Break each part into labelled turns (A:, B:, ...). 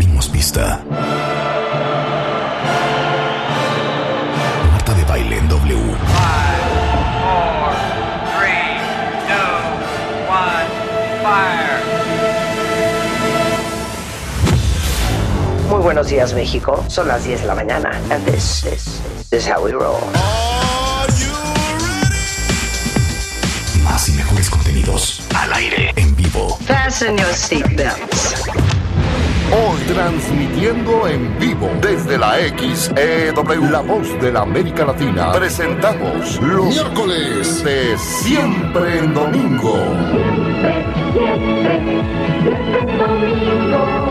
A: damos pista. Marta de baile en W.
B: Four, three, two, one, fire.
C: Muy buenos días, México. Son las 10 de la mañana. And this is, this is how we roll.
A: Más y mejores contenidos. Al aire. En vivo.
C: Fasten your seatbelts.
D: Hoy transmitiendo en vivo desde la XEW, la voz de la América Latina, presentamos los miércoles de Siempre en Domingo.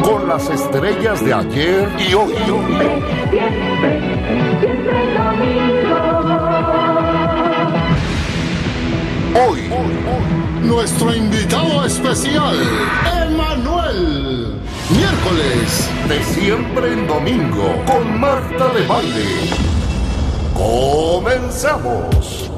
D: Con las estrellas de ayer y hoy. Hoy, nuestro invitado especial, Emanuel. Miércoles de siempre en domingo con Marta de Baile. Comenzamos.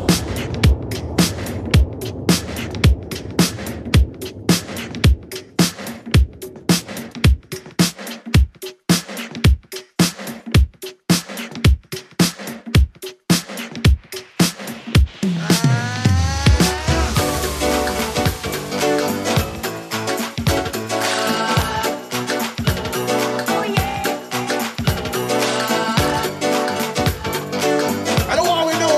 E: I know how we know.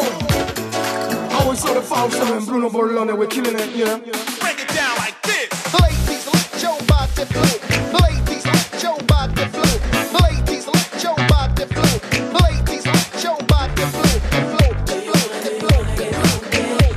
E: Always saw the foul seven, Bruno Borlone, we're killing it, yeah.
F: break it down like this.
G: Ladies, let your body flow. Ladies, let your body flow. Ladies, let your body flow. Ladies, let your body flow. Flow, flow, flow,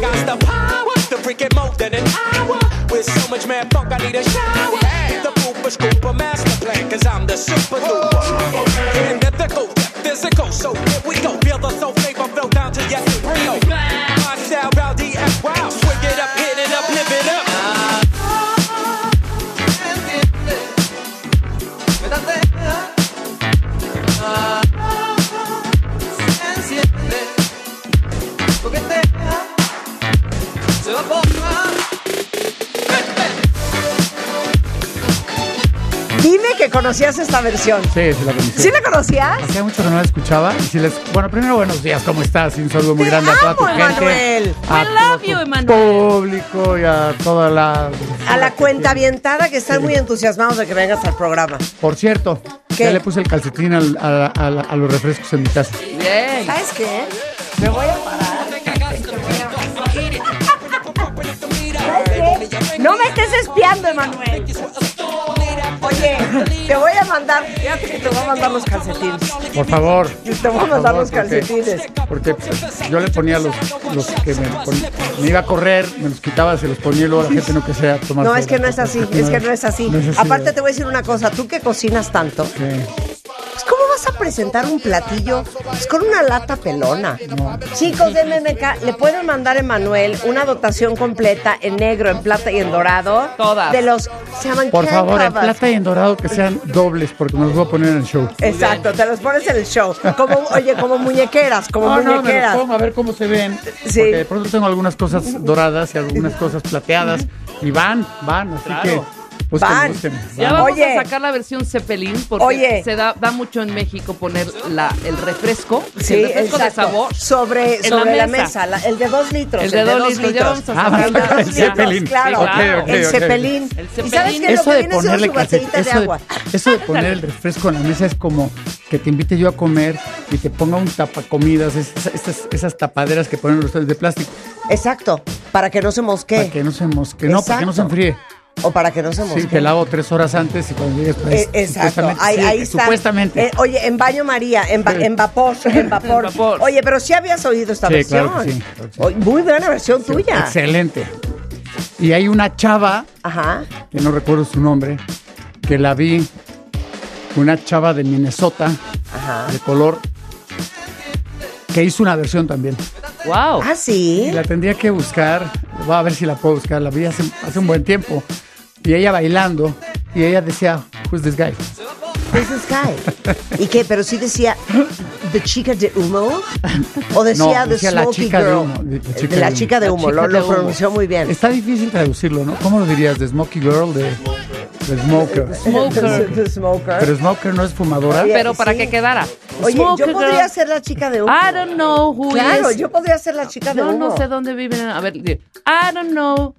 F: Got the power to freak it more than an hour. With so much man funk, I need a shower. The pooper scooper master plan, cause I'm the super duper. And mythical, physical, so here we go. Feel the soul flavor, flow down to your embryo. My style, rowdy and wild. Swing it up, hit it up, live it up.
H: Dime que conocías esta versión.
I: Sí, sí la conocí.
H: ¿Sí la conocías?
I: Hacía mucho que no la escuchaba. Y si les... Bueno, primero, buenos días, ¿cómo estás? Y Un saludo muy
H: Te
I: grande a toda tu
H: amo, Emanuel.
I: gente. A
J: We
I: todo
J: love
I: tu
J: you, Emanuel.
I: público y a toda la...
H: A la cuenta avientada que están muy entusiasmados de que vengas al programa.
I: Por cierto,
H: ¿Qué?
I: ya le puse el calcetín al- a, a- a los refrescos en mi casa.
H: ¿Sabes qué?
J: No me estés espiando, Emanuel.
H: Oye, te voy a mandar, fíjate que te voy a mandar los calcetines.
I: Por favor.
H: Te voy a mandar los
I: Por favor, porque-
H: calcetines.
I: Porque pues, yo le ponía los, los que me, pon- me iba a correr, me los quitaba, se los ponía y luego la gente no quisiera tomar.
H: No, es que no es así, es que no es así. Aparte te voy a decir una cosa, tú que cocinas tanto, pues, ¿cómo vas a presentar un platillo pues, con una lata pelona? Chicos de MMK, ¿le pueden mandar a Emanuel una dotación completa en negro, en plata y en dorado?
J: Todas.
H: De los, se llaman
I: Por favor, en
H: kebabs.
I: plata y en dorado que sean dobles porque me los voy a poner en el show.
H: Exacto, te los pones en el show. Como, oye, como muñequeras, como
I: No, no, me los
H: muñequeras.
I: pongo a ver cómo se ven.
H: Sí.
I: Porque de pronto tengo algunas cosas doradas y algunas cosas plateadas. Y van, van, así que busquen,
H: Van.
I: busquen.
J: Ya vamos
H: Oye.
J: a sacar la versión Cepelín porque
H: Oye.
J: se da, da mucho en México poner la, el refresco,
H: Sí,
J: el refresco
H: exacto.
J: de sabor.
H: Sobre,
J: en
H: sobre la
J: la
H: mesa,
J: mesa,
H: la- el de dos litros.
J: El de dos litros, ya vamos a
I: Ah, van a
H: El de
I: sacar
H: dos
I: el
H: litros,
I: Zeppelin.
H: claro.
J: Sí, claro.
I: Ok, ok,
H: El
I: ok.
H: cepelín.
J: El
H: ¿Y
J: Zeppelin.
H: sabes qué es lo
I: Eso
H: que
I: de
H: viene siendo
I: ponerle
H: su botellita
I: calcetín,
H: de
I: eso de,
H: agua?
I: eso de poner el refresco en la mesa es como que te invite yo a comer y te ponga un tapacomidas, esas, esas, esas tapaderas que ponen ustedes de plástico,
H: Exacto, para que no se
I: para
H: mosquee.
I: que no se mosque, no, para que no se
H: Exacto.
I: enfríe.
H: O para que no se
I: Sí,
H: mosquee.
I: que la hago tres horas antes y cuando llegues, pues,
H: Eh, Exacto,
I: supuestamente,
H: ahí,
I: sí,
H: ahí está.
I: Supuestamente.
H: Eh, oye, en baño María, en, va-
I: Sí.
H: en vapor, en vapor.
J: En vapor.
H: Oye, pero sí habías oído esta
I: Sí,
H: versión.
I: claro que sí, claro que sí.
H: Oye, Muy buena versión tuya.
I: Excelente. Y hay una chava,
H: Ajá.
I: que no recuerdo su nombre, que la vi, una chava de Minnesota,
H: Ajá.
I: de color, que hizo una versión también.
J: Wow.
H: Ah, sí.
I: Y la tendría que buscar. Voy a ver si la puedo buscar. La vi hace, hace un buen tiempo. Y ella bailando. Y ella decía, Who's this guy?
H: Who's this guy? ¿Y qué? Pero sí decía,
C: The Chica de Humo? ¿O decía
I: No,
C: The
I: decía la
C: Smoky
I: chica de
C: Girl?
I: humo, de- la chica
C: De la
I: de
C: chica de
I: humo.
C: humo,
I: La
C: lo,
I: chica de
C: lo
I: humo.
C: pronunció muy bien.
I: Está difícil traducirlo, ¿no? ¿Cómo lo dirías? ¿De Smoky Girl? ¿De, de Smoker?
C: Smoker. The Smoker.
I: Pero Smoker no es fumadora.
C: Oye,
J: Pero para
C: sí.
J: que quedara.
C: Oye,
J: Smoker
C: yo podría
J: girl.
C: ser la chica de humo.
J: I don't know who
C: Claro,
J: is.
C: yo podría ser la chica de
J: Yo
C: humo.
J: no sé dónde vive. A ver, di- I don't know.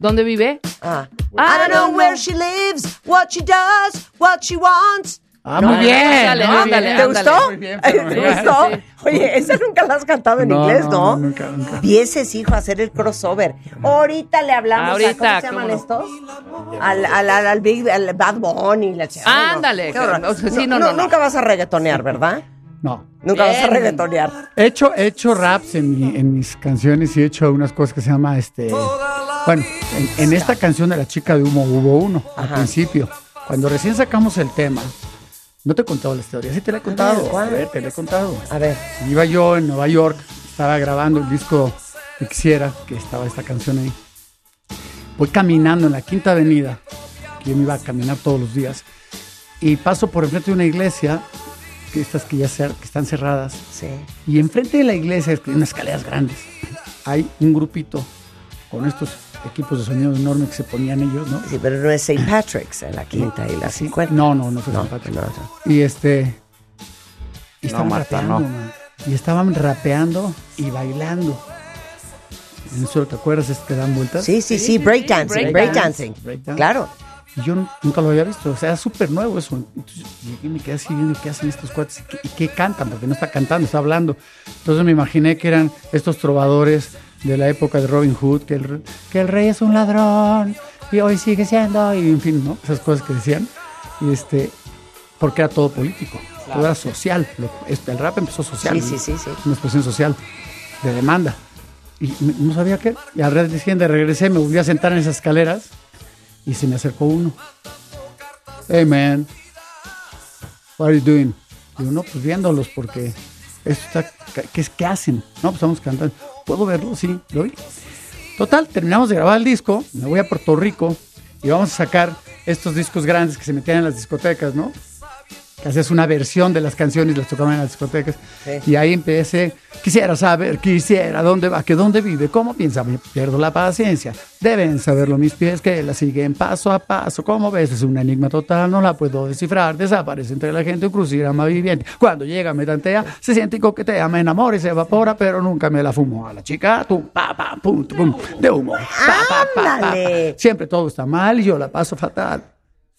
J: ¿Dónde vive?
C: Ah.
J: I
C: I don't know
J: don't
C: where
J: know.
C: she lives, what she does, what she wants.
I: Ah,
J: No,
I: muy bien.
J: ándale,
I: ¿no?
J: ándale,
C: ¿Te
J: ándale.
C: gustó?
I: Muy bien,
C: ¿Te
I: pero me
C: gustó? Oye, esa nunca la has cantado en
I: No,
C: inglés, ¿no?
I: no, nunca, nunca.
C: Vieses, hijo, a hacer el crossover. Ahorita le hablamos a, ¿cómo
J: Ahorita,
C: se llaman
J: ¿cómo no?
C: estos? Al, al, al, al Big, al Bad Bunny. La ch- Ay, no,
J: Ándale,
C: qué horror.
J: o sea, sí, no, no, no.
C: Nunca vas a reggaetonear, ¿verdad?
I: No.
C: Nunca vas a
J: Bien.
C: reggaetonear.
I: He hecho, he hecho raps en, mi- en mis canciones y he hecho unas cosas que se llama este. Bueno, en, en esta canción de la chica de humo hubo uno al principio. Cuando recién sacamos el tema, no te he contado la historia, sí te la he contado.
C: ¿cuál?
I: A ver, te la he contado.
C: A ver.
I: Iba yo en Nueva York, estaba grabando el disco que quisiera, que estaba esta canción ahí. Voy caminando en la Quinta Avenida, que yo me iba a caminar todos los días, y paso por enfrente de una iglesia, que estas que ya cer- que están cerradas,
C: Sí.
I: y enfrente de la iglesia, es que hay unas escaleras grandes, hay un grupito con estos equipos de sonido enormes que se ponían ellos, ¿no?
C: Sí, pero no es St. Patrick's, en la quinta y la
I: Así.
C: cincuenta.
I: No, no, no fue
C: No,
I: San Patrick.
C: no, no.
I: Y este. Y
K: No,
I: estaban
K: Marta, no.
I: rapeando, man. Y estaban rapeando y bailando. En eso, ¿te acuerdas? Es que dan vueltas.
C: Sí, sí, sí, breakdancing, breakdancing.
I: Breakdance.
C: Claro.
I: Y yo nu- nunca lo había visto. O sea, era súper nuevo eso. Entonces, llegué y me quedé así viendo qué hacen estos cuates y qué, y qué cantan, porque no está cantando, está hablando. Entonces me imaginé que eran estos trovadores de la época de Robin Hood, que el, re- que el rey es un ladrón y hoy sigue siendo, y en fin, ¿no? Esas cosas que decían. Y este, porque era todo político, todo era social. Lo- este, el rap empezó social.
C: Sí, sí, sí, sí.
I: Una expresión social de demanda. Y me- no sabía qué. Y al día siguiente regresé, me volví a sentar en esas escaleras y se me acercó uno. Hey man, what are you doing? Y uno, pues viéndolos porque esto está, ¿qué, es- qué hacen? No, pues estamos cantando. ¿Puedo verlo? Sí, lo vi. Total, terminamos de grabar el disco, me voy a Puerto Rico y vamos a sacar estos discos grandes que se metían en las discotecas, ¿no? Que hacías una versión de las canciones, las tocaban en las discotecas.
C: Sí.
I: Y ahí empecé, quisiera saber, quisiera, ¿dónde va? ¿Que dónde vive? ¿Cómo piensa? Me pierdo la paciencia. Deben saberlo mis pies que la siguen paso a paso. Como ves, es un enigma total, no la puedo descifrar. Desaparece entre la gente un crucigrama viviente. Cuando llega me tantea, se siente y coquetea, me enamora y se evapora, pero nunca me la fumo. A la chica, tum, pa, pa, pum, tu, pum, de humo. Pa, pa, pa, pa, pa.
C: ¡Ándale!
I: Siempre todo está mal y yo la paso fatal.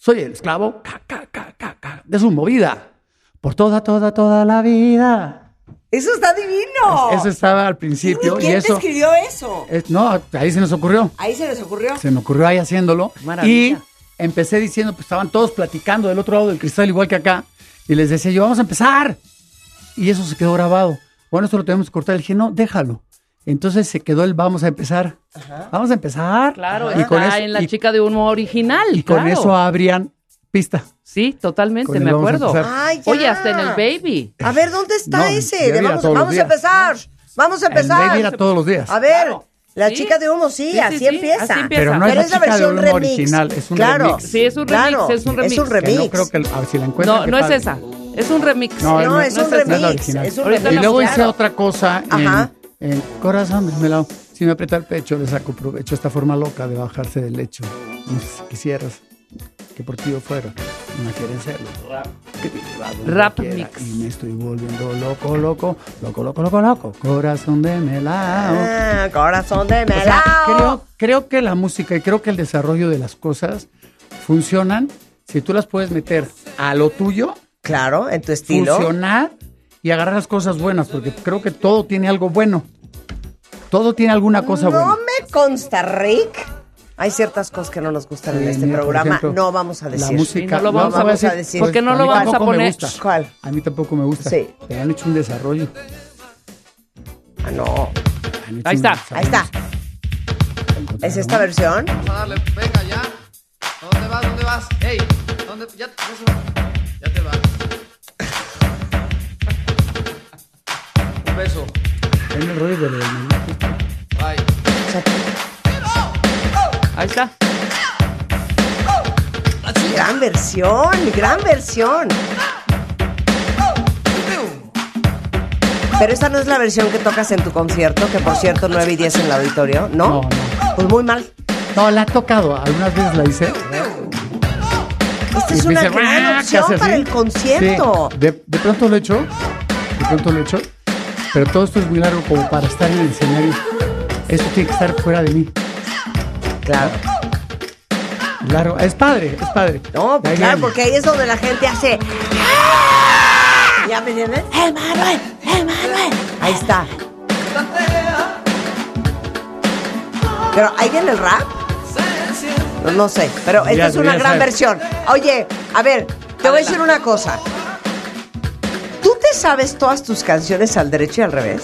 I: Soy el esclavo ca, ca, ca, ca, ca, de su movida. Por toda, toda, toda la vida.
C: Eso está
J: Oh.
C: divino.
I: Eso estaba al principio.
C: ¿Y quién
I: y eso,
C: te escribió eso?
I: es- no, ahí se nos ocurrió.
C: Ahí se les ocurrió.
I: Se me ocurrió ahí haciéndolo.
J: Maravilla.
I: Y empecé diciendo, pues estaban todos platicando del otro lado del cristal, igual que acá. Y les decía yo, vamos a empezar. Y eso se quedó grabado. Bueno, esto lo tenemos que cortar. Le dije, no, déjalo. Entonces se quedó el vamos a empezar. Vamos a empezar.
J: Claro,
I: Y con
J: está
I: eso-
J: en la
I: y-
J: chica de humo original.
I: Y con
J: claro.
I: eso abrían pista.
J: Sí,
I: con
J: totalmente,
I: el
J: me
I: vamos a
J: acuerdo.
I: empezar.
C: Ay, ya.
J: Oye, hasta en el baby.
C: A ver, ¿dónde está
I: No, ya
C: ese? De
I: mira
C: vamos
I: todos los
C: vamos a
I: días.
C: empezar. Vamos a empezar.
I: El baby era todos los días.
C: A ver, la
J: Sí.
C: chica de humo, sí,
J: Sí, sí,
C: así,
J: sí,
C: empieza.
J: así empieza.
I: Pero no es
C: Pero
I: la
C: es la
I: chica de
C: versión
I: humo
C: remix.
I: original, es un
C: Claro.
I: remix.
J: Sí, es un
C: Claro,
J: remix, es un remix.
C: es un
J: Que no
I: Que
C: remix.
I: no creo que a ver, si la encuentran.
J: No,
I: que
J: no es
I: padre.
J: esa. Es un remix.
I: No,
C: No, es un
I: esa, no es la
C: remix,
I: original.
C: es un
I: Ahorita
J: remix,
I: Y luego hice
C: claro.
I: otra cosa en-
C: Ajá.
I: en, Corazón desmelado. Si me aprieta el pecho, le saco provecho a esta forma loca de bajarse del lecho. No sé si quisieras que por ti yo fuera. No quieren serlo. Que te lleva donde
J: Rap
I: quiera.
J: mix.
I: Y me estoy volviendo loco, loco, loco, loco, loco, loco. Corazón de melao.
C: Ah, corazón de
I: O sea,
C: melao.
I: creo, creo que la música y creo que el desarrollo de las cosas funcionan si tú las puedes meter a lo tuyo,
C: Claro, en tu estilo.
I: funcionar y agarrar las cosas buenas, porque creo que todo tiene algo bueno. Todo tiene alguna cosa
C: no
I: buena.
C: me consta, Rick. Hay ciertas cosas que no nos gustan en
I: Sí,
C: este
I: mira, por
C: programa.
I: ejemplo,
C: no vamos a
I: la
C: decir.
I: música-
J: Y no lo vamos
C: a
I: voy
C: decir,
J: porque no
I: a
J: lo
I: mí
J: vamos a
I: tampoco me
J: poner.
I: gusta.
C: ¿Cuál?
I: A mí tampoco me gusta.
C: Sí.
I: Pero han hecho un desarrollo.
C: Ah, no.
I: han hecho
J: Ahí
I: un
J: está,
I: desarrollo.
C: Ahí está. ¿Es esta versión?
K: Vamos a darle, venga ya. ¿Dónde vas? ¿Dónde vas? Ey, ¿dónde? Ya, ya se va. Ya te vas. Un beso.
I: En el rollo de lo del magnate.
K: Bye.
J: Ahí está.
C: Gran versión, gran versión. Pero esta no es la versión que tocas en tu concierto, que por cierto 9 y 10 en el auditorio, ¿no? Pues muy mal.
I: No, la ha tocado, algunas veces la hice.
C: Esta
I: Y
C: es
I: me
C: una
I: dice, "Ah,
C: gran
I: ¿qué
C: opción
I: haces
C: para
I: así?".
C: el concierto.
I: Sí, de, de pronto lo he hecho, de pronto lo he hecho, pero todo esto es muy largo como para estar en el escenario. Esto tiene que estar fuera de mí.
C: Claro.
I: Claro, es padre, es padre.
C: No, pues
I: Ahí
C: Claro,
I: viene.
C: porque ahí es donde la gente hace. ¿Ya me entiendes? ¡Eh, Manuel! ¡Eh, Manuel! Ahí está. Pero ahí viene el rap. No, no sé, pero esta
B: Ya,
C: es una
B: ya
C: gran
B: sabes.
C: versión. Oye, a ver, te voy a decir una cosa. ¿Tú te sabes todas tus canciones al derecho y al revés?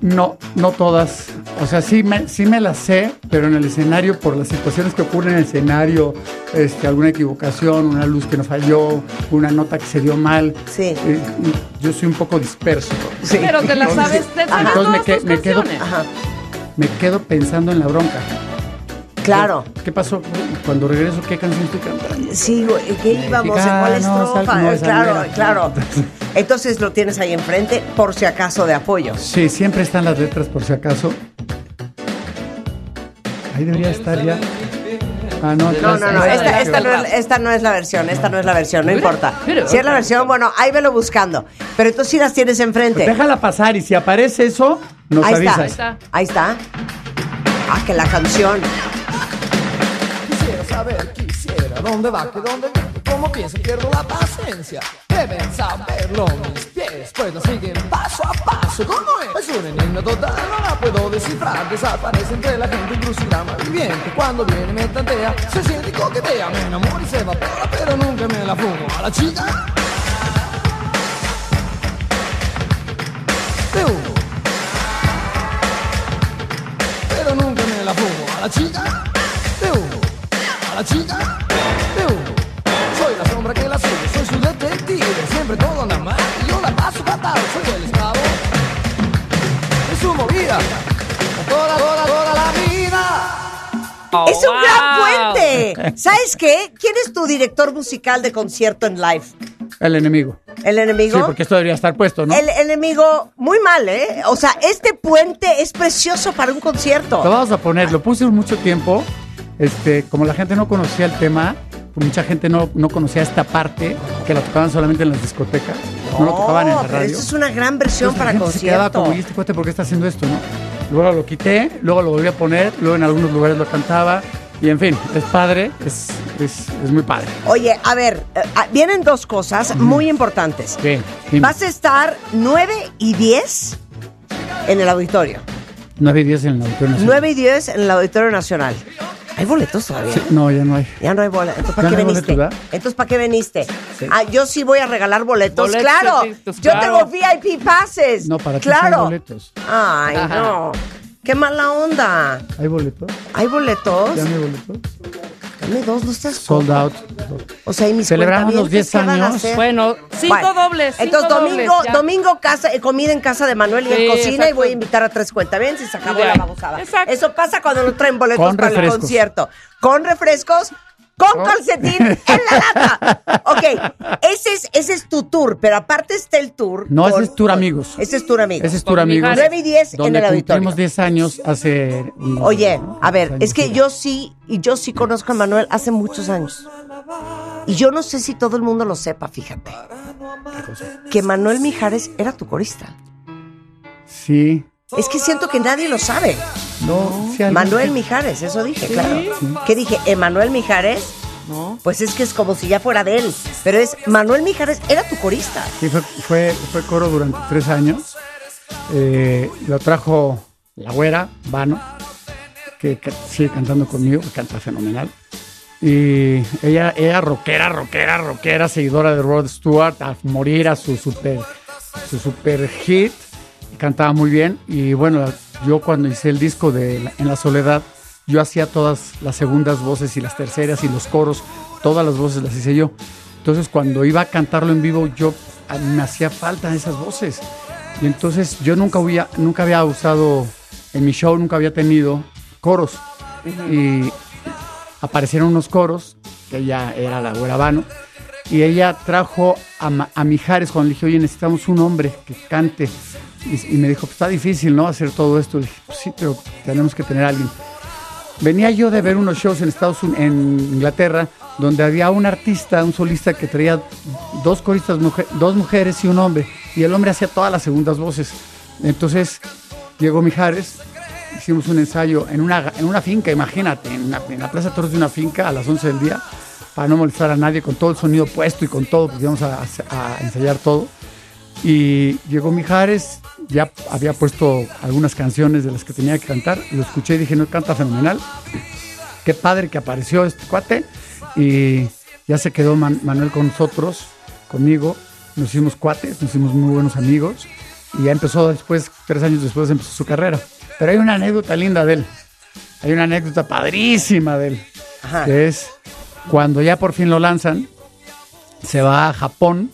I: No, no todas. O sea, sí me, sí me las sé, pero en el escenario, por las situaciones que ocurren en el escenario, este, alguna equivocación, una luz que no falló, una nota que se dio mal. eh,
C: Sí.
I: yo soy un poco disperso.
J: Pero te las
I: Entonces-
J: sabes, te sabes
I: entonces me,
J: todas
I: que-
J: tus
I: me quedo,
J: canciones.
I: me quedo pensando en la bronca.
C: Claro.
I: ¿Qué pasó? Cuando regreso, ¿qué canción estoy cantando?
C: Sí, güey, ¿qué íbamos? ¿En cuál
I: Mexicanos,
C: estrofa?
I: algo de esa
C: claro,
I: manera.
C: claro. Entonces lo tienes ahí enfrente por si acaso de apoyo.
I: Sí, siempre están las letras por si acaso. Ahí debería estar ya. Ah, no,
C: No,
I: atrás,
C: no, no,
I: atrás.
C: esta, esta no es, esta no es la versión, esta no es la versión, no importa. Si es la versión, bueno, ahí velo buscando. Pero tú sí las tienes enfrente.
I: Déjala pasar y si aparece eso, Pues nos
C: este. ahí
I: avisas.
C: está. Ahí está. Ah, que la canción.
F: Quisiera saber, quisiera, ¿dónde va? ¿Que dónde vive? ¿Cómo pienso? Pierdo la paciencia. Deben saberlo mis pies, pues lo siguen paso a paso. ¿Cómo es? Es un enigma total, no la puedo descifrar. Desaparece entre la gente un crucigrama viviente. Cuando viene me tantea, se siente y coquetea. Me enamora y se evapora, pero nunca me la fumo a la chica. De uno. Pero nunca me la fumo a la chica. De uno. A la chica. De uno. Soy la sombra que la sigue, soy su detective. Siempre todo anda mal y yo la paso fatal. Soy el esclavo de su movida. Toda, toda, toda la vida.
C: es un
F: wow.
C: gran puente. ¿Sabes qué? ¿Quién es tu director musical de concierto en live?
I: El enemigo.
C: ¿El enemigo?
I: Sí, porque esto debería estar puesto, ¿no?
C: El enemigo, muy mal, ¿eh? O sea, este puente es precioso para un concierto.
I: Lo vamos a poner, lo puse mucho tiempo. Este, como la gente no conocía el tema, pues mucha gente no, no conocía esta parte, que la tocaban solamente en las discotecas, no, lo tocaban en la
C: Oh, pero
I: radio.
C: esto es una gran versión
I: Entonces, Pues la
C: para
I: gente se quedaba
C: concierto.
I: como, ¿y este cuate por qué está haciendo esto, no? Luego lo quité, luego lo volví a poner, luego en algunos lugares lo cantaba, y en fin, es padre, es, es, es muy padre.
C: Oye, a ver, eh, ah, vienen dos cosas muy importantes.
I: Sí,
C: Vas a estar 9 y 10 en el auditorio.
I: 9 y 10 en la auditorio nacional.
C: 9 y 10 en el auditorio nacional. ¿Hay boletos todavía?
I: Sí, no, ya no hay.
C: Ya no hay boletos. Entonces, ¿para
I: Ya
C: qué
I: no hay
C: veniste?
I: boletos,
C: Entonces, ¿para qué veniste? Ah, yo sí voy a regalar boletos.
I: Boletos,
C: claro,
I: boletos,
C: yo
I: claro.
C: tengo VIP passes.
I: No, para ti sí hay
C: claro.
I: boletos.
C: Ay,
I: Ajá.
C: no. Qué mala onda.
I: ¿Hay boletos?
C: ¿Hay boletos?
I: ¿Ya no hay boletos?
C: Dame dos, no estás
I: Sold out.
C: O sea, y mis
I: Celebramos los
C: cuentavientes,
I: 10
C: ¿qué van a
I: años.
C: hacer?
J: cinco dobles, cinco
C: entonces, domingo,
J: dobles, ya.
C: domingo casa, eh, comida en casa de Manuel y
J: Sí,
C: en cocina y
J: exacto.
C: voy a invitar a tres cuentavientes y se acabó
J: Y de
C: la
J: ahí.
C: babosada. Eso pasa cuando no traen boletos
I: Con
C: para el
I: refrescos.
C: concierto. Con refrescos, con calcetín en la lata. Ok, ese es, ese es tu tour, pero aparte está el tour.
I: No, ese
C: con-
I: es Tour Amigos.
C: Ese es tour amigos.
I: Ese es Tour Amigos.
C: 9 y 10 en
I: donde
C: el auditorio.
I: cumplimos 10 años hace... unos-
C: Oye, a ver,
I: años
C: es que yo sí, y yo sí conozco a Manuel hace muchos años. Y yo no sé si todo el mundo lo sepa, fíjate. Que Manuel Mijares era tu corista.
I: Sí.
C: Es que siento que nadie lo sabe.
I: No, sí, algo-
C: Manuel Mijares, eso dije,
I: Sí.
C: claro.
I: Sí.
C: ¿Qué dije? ¿Emanuel Mijares? No. Pues es que es como si ya fuera de él. Pero es Manuel Mijares era tu corista.
I: Sí, fue, fue, fue coro durante tres años. Eh, lo trajo la güera, Vano, que, ca- sigue cantando conmigo, que canta fenomenal. Y ella era rockera, rockera, rockera, seguidora de Rod Stewart, a morir a su super, su super hit. Cantaba muy bien. Y bueno, yo cuando hice el disco de La- En la Soledad, yo hacía todas las segundas voces y las terceras y los coros, todas las voces las hice yo. Entonces cuando iba a cantarlo en vivo, yo a- me hacía falta esas voces. Y entonces yo nunca había, nunca había usado, en mi show nunca había tenido coros. Y aparecieron unos coros, que ya era la güera Vano, y ella trajo a, Ma- a Mijares cuando le dije, oye, necesitamos un hombre que cante. Y, y me dijo, "Pues está difícil, ¿no? Hacer todo esto. Le dije, "Pues sí, pero tenemos que tener a alguien. Venía yo de ver unos shows en Estados Unidos, en Inglaterra, donde había un artista, un solista que traía dos coristas, mujer- dos mujeres y un hombre. Y el hombre hacía todas las segundas voces. Entonces llegó Mijares, hicimos un ensayo en una, en una finca, imagínate, en, una- en la Plaza Torres de una finca a las 11 del día, para no molestar a nadie, con todo el sonido puesto y con todo, porque íbamos a- a- a ensayar todo. Y llegó Mijares, ya había puesto algunas canciones de las que tenía que cantar, lo escuché y dije, no, canta fenomenal. Qué padre que apareció este cuate. Y ya se quedó Man- Manuel con nosotros, conmigo. Nos hicimos cuates, nos hicimos muy buenos amigos. Y ya empezó después, tres años después, empezó su carrera. Pero hay una anécdota linda de él. Hay una anécdota padrísima de él.
C: Ajá.
I: Que es cuando ya por fin lo lanzan, se va a Japón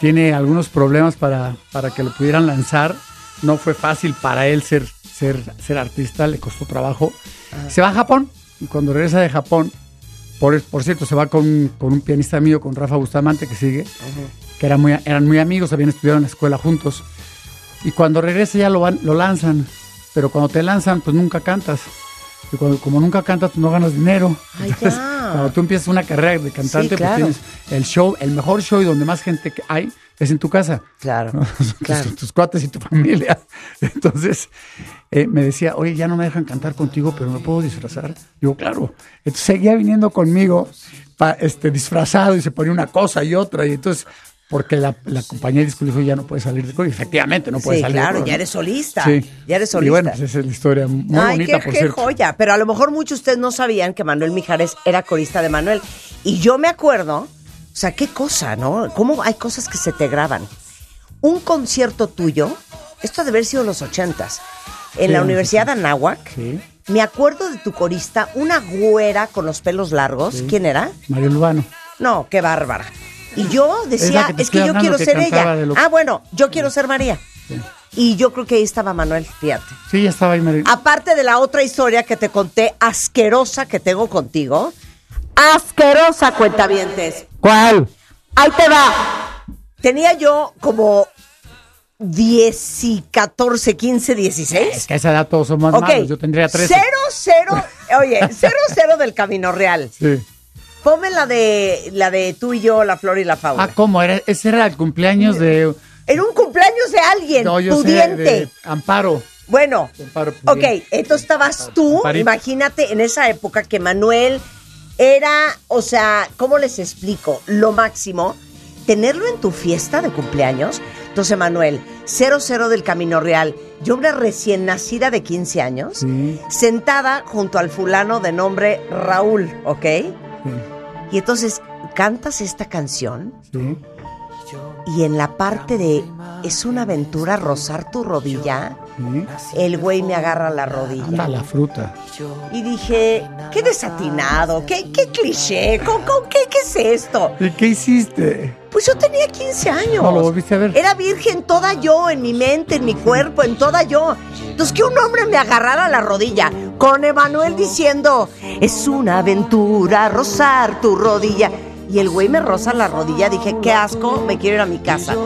I: tiene algunos problemas para, para que lo pudieran lanzar. No fue fácil para él ser, ser, ser artista, le costó trabajo.
C: Ah.
I: Se va a Japón y cuando regresa de Japón, por, por cierto, se va con, con un pianista mío, con Rafa Bustamante, que sigue, que eran muy, eran muy amigos, habían estudiado en la escuela juntos. Y cuando regresa ya lo, van- lo lanzan, pero cuando te lanzan, pues nunca cantas. Y cuando, como nunca cantas, pues no ganas dinero.
C: Ay, ya.
I: cuando tú empiezas una carrera de cantante,
C: claro.
I: pues tienes el show, el mejor show y donde más gente que hay es en tu casa.
C: Claro.
I: Tus, tus cuates y tu familia. Entonces eh, me decía, oye, ya no me dejan cantar contigo, pero me puedo disfrazar. Digo, claro. Entonces seguía viniendo conmigo pa- este, disfrazado y se ponía una cosa y otra. Y entonces, porque la, la compañía de disco le dijo, ya no puedes salir de coro. Y efectivamente, no puedes
C: Sí,
I: salir de
C: claro,
I: coro,
C: ya
I: ¿no?
C: eres solista.
I: Sí.
C: Ya eres
I: Y
C: solista.
I: bueno, pues esa es la historia muy
C: Ay,
I: bonita,
C: qué,
I: por
C: qué
I: cierto.
C: joya. Pero a lo mejor muchos de ustedes no sabían que Manuel Mijares era corista de Manuel. Y yo me acuerdo, o sea, qué cosa, ¿no? ¿Cómo hay cosas que se te graban? Un concierto tuyo, esto ha de haber sido en los ochentas, en
G: Sí,
C: la
G: sí,
C: Universidad de Anáhuac. Me acuerdo de tu corista, una güera con los pelos largos.
I: Sí.
C: ¿Quién era?
I: Mario Lubano.
C: No, qué bárbara. Y yo
I: la
C: decía,
I: que
C: es que,
I: te estoy
C: yo
I: hablando,
C: quiero
I: que
C: ser
I: cantaba
C: ella.
I: de lo-
C: Ah, bueno, yo quiero ser María. Y yo creo que ahí estaba Manuel, fíjate.
I: Sí, ya estaba ahí Mario.
C: Aparte de la otra historia que te conté, asquerosa que tengo contigo. Asquerosa, cuentavientes.
I: ¿Cuál?
C: Ahí te va. Tenía yo como 10 y 14, 15, 16.
I: Es que a esa edad todos somos
C: Ok.
I: malos. Yo tendría 13.
C: Cero, cero, oye, cero, cero del Camino Real.
I: Sí.
C: Ponme la de, la de tú y yo, la flor y la fauna.
I: Ah, ¿cómo? Era, ese era el cumpleaños de...
C: En un cumpleaños de alguien,
I: No, yo
C: tu
I: sé,
C: diente.
I: de Amparo.
C: Bueno,
I: Amparo
C: ok,
I: Pudiente.
C: entonces estabas tú,
I: Amparito.
C: imagínate en esa época que Manuel era, o sea, ¿cómo les explico? Lo máximo, tenerlo en tu fiesta de cumpleaños. Entonces, Manuel, 00 del Camino Real, yo una recién nacida de 15 años, sentada junto al fulano de nombre Raúl, ¿ok? Y entonces cantas esta canción
I: Sí.
C: y en la parte de es una aventura rozar tu rodilla, el güey me agarra la rodilla.
I: Anda la fruta.
C: Y dije, qué desatinado, qué, qué cliché, ¿con, con qué, qué es esto?
I: ¿Y qué hiciste?
C: Pues yo tenía 15 años.
I: No lo volviste a ver.
C: Era virgen toda yo, en mi mente, en mi cuerpo, en toda yo. Entonces, que un hombre me agarrara la rodilla, con Emanuel diciendo, es una aventura rozar tu rodilla. Y el güey me roza la rodilla, dije, qué asco, me quiero ir a mi casa.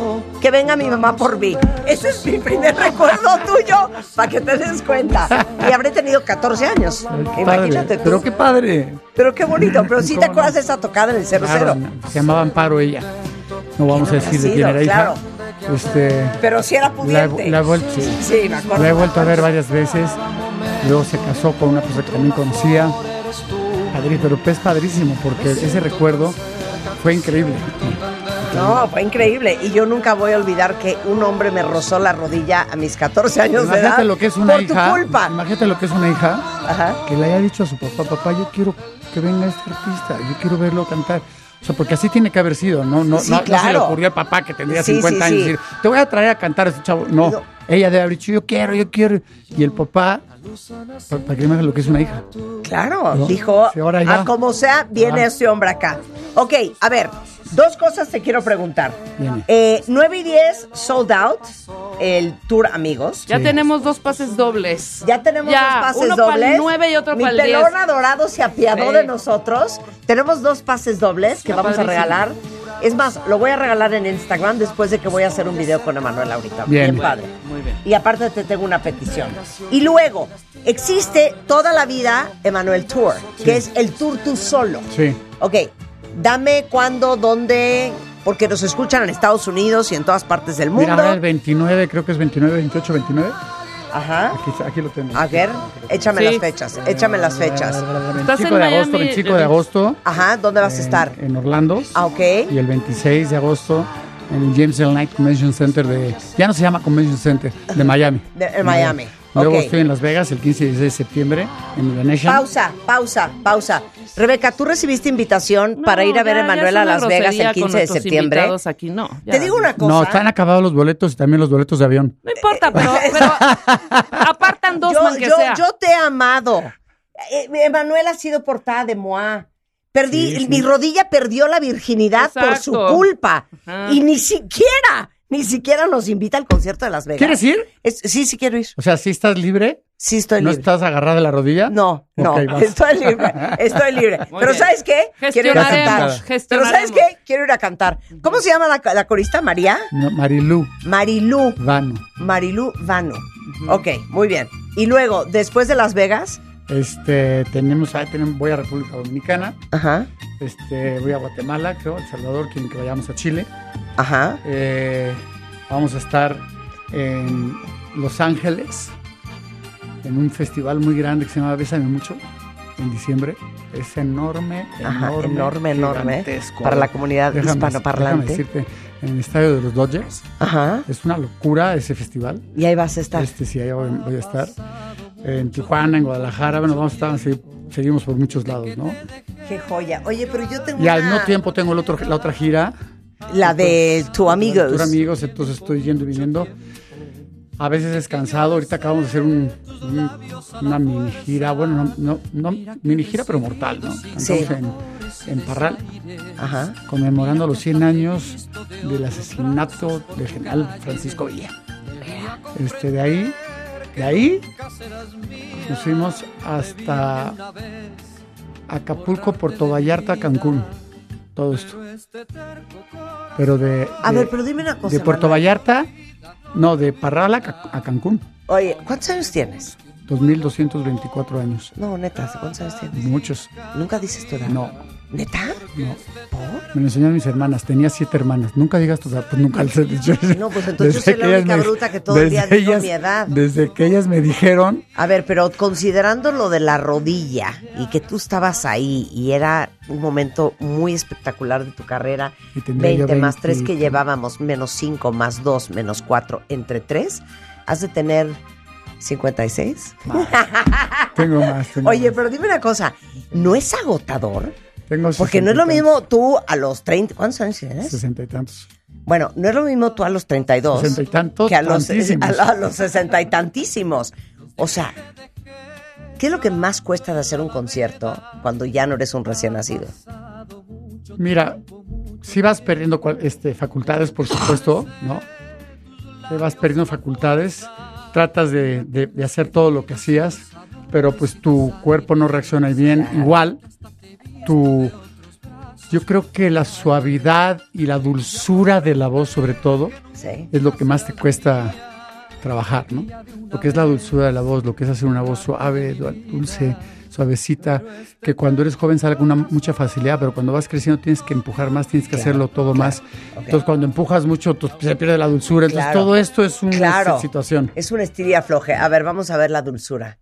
C: Que venga mi mamá por mí. Ese es mi primer recuerdo tuyo, para que te des cuenta. Y habré tenido 14 años.
I: Qué
C: Imagínate
I: padre.
C: tú.
I: Pero qué padre.
C: Pero qué bonito, pero sí te
I: ¿Cómo no?
C: acuerdas de esa tocada en el 00.
I: Claro, se llamaba Amparo ella. No vamos a
C: ¿Quién
I: decir de
C: habrá
I: quién era
C: sido?
I: hija. Este,
C: Pero si era
I: la,
C: pudiente.
I: he- la he vuelto, sí.
C: Sí, me acuerdo.
I: La he vuelto a ver varias veces. Luego se casó con una persona que también conocía. Padrí- pero es padrísimo porque ese recuerdo fue increíble.
C: No, fue increíble. Y yo nunca voy a olvidar que un hombre me rozó la rodilla a mis 14 años de edad.
I: Imagínate lo que es una
C: por
I: hija.
C: tu culpa.
I: Imagínate lo que es una hija
C: Ajá.
I: que le haya dicho a su papá, papá, yo quiero que venga este artista, yo quiero verlo cantar. O sea, porque así tiene que haber sido, ¿no? No,
C: Sí,
I: no- no se le
C: claro.
I: ocurrió al papá que tendría
C: Sí,
I: 50
C: sí,
I: años
C: sí.
I: decir, te voy a traer a cantar a este chavo. No,
C: No.
I: ella debe haber dicho, yo quiero, yo quiero. Y el papá, pa- para que imagines lo que es una hija.
C: Claro,
I: ¿No?
C: dijo,
I: Sí, ahora ya.
C: a como sea, viene
I: Ah.
C: este hombre acá. Ok, a ver, dos cosas te quiero preguntar.
I: Viene.
C: Eh, 9 y 10, sold out, el tour Amigos.
J: Ya tenemos dos pases dobles.
C: Ya tenemos
J: Ya,
C: dos pases
J: uno pa'l
C: dobles.
J: nueve y otro
C: Mi
J: pa'l diez.
C: pelón adorado se apiadó
J: Sí.
C: de nosotros. Tenemos dos pases dobles que
J: Está
C: vamos
J: padrísimo.
C: a regalar Es más, lo voy a regalar en Instagram después de que voy a hacer un video con Emanuel ahorita. Bien, padre.
J: Muy bien.
C: Y aparte te tengo una petición. Y luego, existe toda la vida Emanuel Tour, que es el tour tú solo.
I: Sí.
C: Ok, dame cuándo, dónde, porque nos escuchan en Estados Unidos y en todas partes del mundo.
I: Mira, ahora el 29, creo que es 29, 28, 29.
C: Ajá.
I: Aquí, está- aquí lo tengo.
C: A ver, échame las fechas, échame las fechas.
I: 25 de agosto, 25 de agosto
C: Ajá, ¿dónde
I: Eh,
C: vas a estar?
I: en Orlando.
C: Ah, ok.
I: Y el 26 de agosto en el James L. Knight Convention Center de. Ya no se llama Convention Center, de Miami.
C: De- en Miami.
I: Luego
C: Ok.
I: estoy en Las Vegas el 15 y 16 de septiembre en The Nation.
C: Pausa, pausa, pausa. Rebeca, ¿tú recibiste invitación para ir a ver a
J: ya- ya
C: Emanuel
J: es
C: a
J: una
C: Las Vegas
J: grosería
C: el
J: con
C: 15 de
J: nuestros
C: septiembre?
J: invitados aquí, no, ya.
C: Te digo una cosa.
I: No, están acabados los boletos y también los boletos de avión.
J: No importa, pero, pero apartan dos
C: yo,
J: man que
C: yo-
J: sea.
C: yo te he amado. Eh, Emanuel ha sido portada de Moa. Perdí,
J: Sí, sí.
C: mi rodilla perdió la virginidad por su
J: Exacto.
C: culpa.
J: Ajá.
C: Y ni siquiera, ni siquiera nos invita al concierto de Las Vegas.
I: ¿Quieres ir?
C: sí, sí quiero ir.
I: O sea, ¿sí estás libre?
C: Sí, estoy
I: ¿No
C: libre.
I: estás agarrada de la rodilla?
C: No, No, estoy libre, estoy libre.
I: Muy
C: Pero
I: bien.
C: ¿sabes qué? Quiero ir a
I: Gestionaremos,
C: cantar. Pero ¿sabes qué? Quiero ir a cantar. ¿Cómo se llama la, la corista? María.
I: Marilú
C: Marilú.
I: Vano.
C: Marilú Vano. Ok, muy bien. Y luego, después de Las Vegas,
I: Este, tenemos, ahí tenemos, voy a República Dominicana.
C: Ajá.
I: Este, voy a Guatemala, creo, El Salvador, quieren que vayamos a Chile.
C: Ajá.
I: Eh, vamos a estar en Los Ángeles, en un festival muy grande que se llama Bésame Mucho, en diciembre. Es enorme,
C: Ajá,
I: enorme,
C: enorme, enorme,
I: gigantesco.
C: para la comunidad
I: Déjame-
C: hispanoparlante.
I: déjame decirte, en el estadio de los Dodgers.
C: Ajá.
I: Es una locura ese festival.
C: Y ahí vas a estar.
I: Este, sí, ahí voy, voy a estar. En Tijuana, en Guadalajara, bueno, vamos a estar, sí, seguimos por muchos lados, ¿no?
C: qué joya. Oye, pero yo tengo
I: Y al
C: una-
I: mismo tiempo pues, tengo el otro, la otra gira.
C: La de Tu Amigos.
I: Tu Amigos, entonces estoy yendo y viniendo. A veces es cansado, ahorita acabamos de hacer un- un- una mini gira, bueno, no, no, no mini gira, pero mortal, ¿no? Cantamos
C: Sí.
I: en, en Parral,
C: Ajá.
I: conmemorando los 100 años del asesinato del general Francisco Villa. Este, de ahí, de ahí, nos fuimos hasta Acapulco, Puerto Vallarta, Cancún, todo esto. Pero de,
C: A
I: de-
C: ver, pero dime una cosa,
I: de Puerto
C: Manuel.
I: Vallarta, no, de Parral a, Ca- a Cancún.
C: Oye, ¿cuántos años tienes?
I: 2.224 años.
C: No, neta, ¿cuántos años tienes?
I: Muchos.
C: ¿Nunca dices tu edad?
I: No.
C: ¿Neta?
I: No. Me lo enseñaron mis hermanas. Tenía siete hermanas. Nunca digas tu edad, pues nunca les he dicho.
C: No, pues entonces yo soy la única bruta que todo el día digo mi edad.
I: Desde que ellas me dijeron,
C: A ver, pero considerando lo de la rodilla y que tú estabas ahí y era un momento muy espectacular de tu carrera,
I: Y
C: 20,
I: tendría yo
C: más 3 que
I: 23.
C: llevábamos, menos 5, más 2, menos 4, entre 3, has de tener 56.
I: tengo más. tengo
C: Oye, pero dime una cosa, ¿no es agotador?
I: Tengo
C: Porque no es lo mismo tú a los 30, ¿cuántos años tienes?
I: Sesenta y tantos.
C: Bueno, no es lo mismo tú a los 32
I: Sesenta y tantos,
C: que a los, eh,
I: tantísimos.
C: a, a los sesenta y tantísimos. O sea, ¿qué es lo que más cuesta de hacer un concierto cuando ya no eres un recién nacido?
I: Mira, si vas perdiendo cual- este, facultades, por supuesto, ¿no? Te vas perdiendo facultades, tratas de, de- de hacer todo lo que hacías, pero pues tu cuerpo no reacciona bien. Igual, tu, yo creo que la suavidad y la dulzura de la voz, sobre todo,
C: Sí.
I: es lo que más te cuesta trabajar, ¿no? Lo que es la dulzura de la voz, lo que es hacer una voz suave, du- dulce, suavecita, que cuando eres joven sale con una mucha facilidad, pero cuando vas creciendo tienes que empujar más, tienes que
C: Claro,
I: hacerlo todo más. Entonces cuando empujas mucho tu- se pierde la dulzura. Entonces
C: Claro.
I: todo esto es una
C: Claro.
I: situación.
C: Es un estilo y afloje. A ver, vamos a ver la dulzura.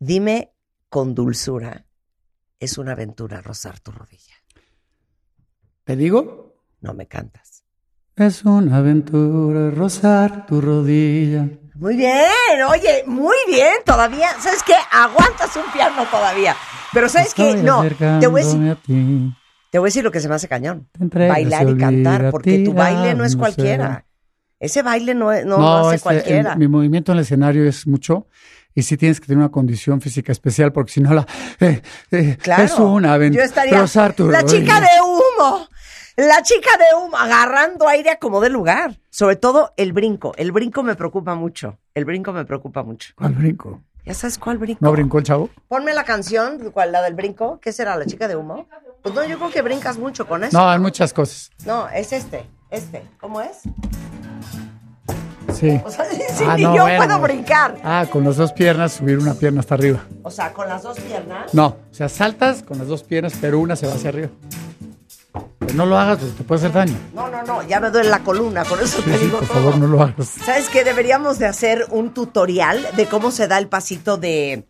C: Dime con dulzura, es una aventura rozar tu rodilla.
I: ¿Te digo?
C: No me cantas.
I: Es una aventura rozar tu rodilla.
C: Muy bien, oye, muy bien, todavía, ¿sabes qué? Aguantas un piano todavía. Pero ¿sabes qué?
I: Estoy
C: No, te voy a decir
I: acercándome a ti.
C: Te voy a decir lo que se me hace cañón.
I: entregas
C: Bailar
I: y
C: y cantar,
I: olvidas,
C: porque tu baile no es
I: tirarnos,
C: cualquiera.
I: eh.
C: Ese baile no, es- no, lo hace
I: este,
C: cualquiera.
I: el- mi movimiento en el escenario es mucho y sí tienes que tener una condición física especial porque si no la eh, eh,
C: Claro.
I: es una
C: Yo
I: aventura.
C: estaría. la chica de humo. La chica de humo agarrando aire a como de lugar. Sobre todo el brinco. El brinco me preocupa mucho. El brinco me preocupa mucho.
I: ¿Cuál brinco?
C: ¿Ya sabes cuál brinco?
I: ¿No brincó el chavo?
C: Ponme la canción, ¿cuál? La del brinco. ¿Qué será? ¿La chica de humo? Pues no, yo creo que brincas mucho con eso.
I: No, hay muchas cosas.
C: No, es este, este. ¿Cómo es?
I: Sí.
C: O sea, sí,
I: Ah,
C: ni
I: no,
C: yo
I: bueno.
C: puedo brincar.
I: Ah, con las dos piernas, subir una pierna hasta arriba.
C: O sea, con las dos piernas.
I: No, o sea, saltas con las dos piernas, pero una se va hacia arriba. Pero no lo hagas, pues te puede hacer daño.
C: No, no, no, ya me duele la columna, por eso te digo
I: Por
C: todo.
I: favor, no lo hagas.
C: ¿Sabes qué? Deberíamos de hacer un tutorial de cómo se da el pasito de,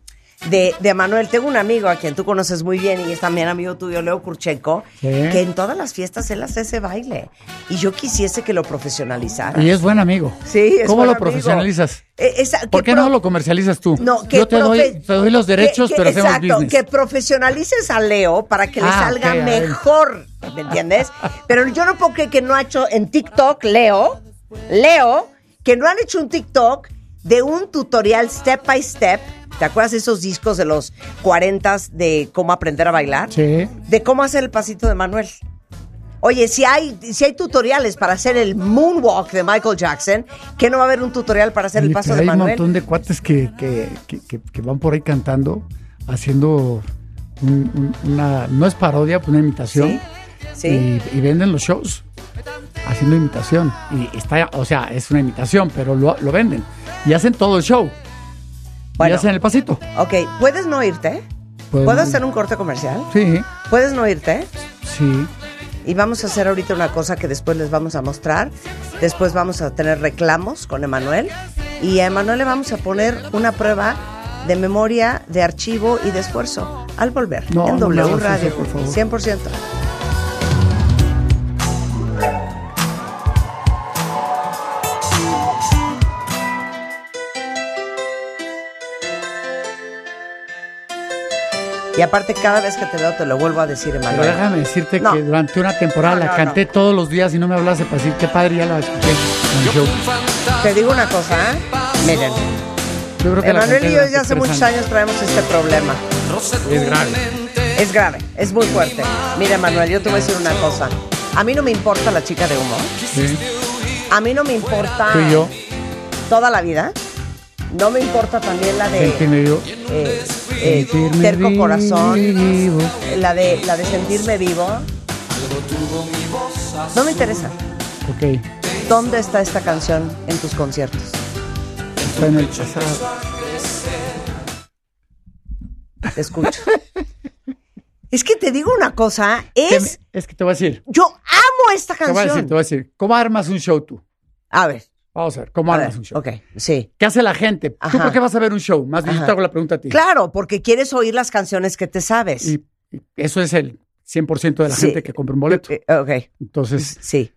C: de, de Manuel. Tengo un amigo a quien tú conoces muy bien y es también amigo tuyo, Leo Kurchenko,
I: Sí.
C: que en todas las fiestas él hace ese baile. Y yo quisiese que lo profesionalizara.
I: Y es buen amigo.
C: Sí, es
I: ¿Cómo
C: buen
I: lo
C: amigo.
I: profesionalizas?
C: Eh, esa-
I: ¿Por
C: que
I: qué no
C: pro-
I: lo comercializas tú?
C: No, que
I: Yo te
C: profe-
I: doy, te doy los
C: que-
I: derechos,
C: que-
I: pero hacemos
C: Exacto,
I: business.
C: que profesionalices a Leo para que le
I: Ah,
C: salga
I: ok, a ver.
C: mejor, ¿me entiendes? Pero yo no puedo creer que no ha hecho en TikTok, Leo, Leo, que no han hecho un TikTok de un tutorial step by step. ¿Te acuerdas de esos discos de los 40 de cómo aprender a bailar?
I: Sí.
C: De cómo hacer el pasito de Manuel. Oye, si hay, si hay tutoriales para hacer el moonwalk de Michael Jackson, ¿qué no va a haber un tutorial para hacer el
I: Oye,
C: paso
I: pero
C: de
I: hay un
C: Manuel?
I: montón de cuates que, que- que- que- que van por ahí cantando, haciendo un- un- una. No es parodia, pues una imitación.
C: sí.
I: Y, y venden los shows haciendo imitación. Y está, o sea, es una imitación, pero lo, lo venden. Y hacen todo el show.
C: Bueno.
I: y hacen el pasito.
C: Ok, ¿puedes no irte?
I: Puedo-
C: ¿Puedo hacer un corte comercial?
I: Sí,
C: ¿Puedes no irte?
I: sí.
C: Y vamos a hacer ahorita una cosa que después les vamos a mostrar. Después vamos a tener reclamos con Emanuel. Y a Emanuel le vamos a poner una prueba de memoria, de archivo y de esfuerzo al volver
I: No,
C: en
I: no me
C: W
I: hagas
C: Radio.
I: eso, por favor.
C: 100%. Y aparte, cada vez que te veo, te lo vuelvo a decir, Emanuel.
I: Pero déjame decirte
C: No.
I: que durante una temporada
C: No,
I: la
C: no,
I: canté todos los días y no me hablaste para decir qué padre ya la escuché. en el show.
C: Te digo una cosa, ¿eh? Miren,
I: Yo creo que la
C: Emanuel
I: canté
C: y yo
I: durante
C: desde hace
I: tres
C: muchos años traemos este problema.
I: Es grave.
C: Es grave, es muy fuerte. Mira, Emanuel, yo te voy a decir una cosa. A mí no me importa la chica de humo.
I: Sí.
C: A mí no me importa
I: Tú y yo,
C: toda la vida. No me importa también la de
I: sentirme vivo.
C: eh, eh,
I: Sentirme
C: Terco Corazón,
I: vivo.
C: la de, la de Sentirme Vivo. No me interesa.
I: Ok,
C: ¿Dónde está esta canción en tus conciertos?
I: está en el pasado.
C: Te escucho. es que te digo una cosa, es...
I: Es que te voy a decir,
C: Yo amo esta
I: te voy a decir,
C: canción.
I: te voy a decir, ¿cómo armas un show tú?
C: A ver,
I: Vamos a ver, ¿cómo
C: A
I: armas
C: ver,
I: un show?
C: ok, sí.
I: ¿Qué hace la gente?
C: Ajá.
I: ¿Tú por qué vas a ver un show? Más bien, yo
C: Ajá.
I: te hago la pregunta a ti.
C: Claro, porque quieres oír las canciones que te sabes.
I: Y, y eso es el 100% de la
C: Sí.
I: gente que compra un boleto.
C: Eh, ok,
I: Entonces,
C: sí.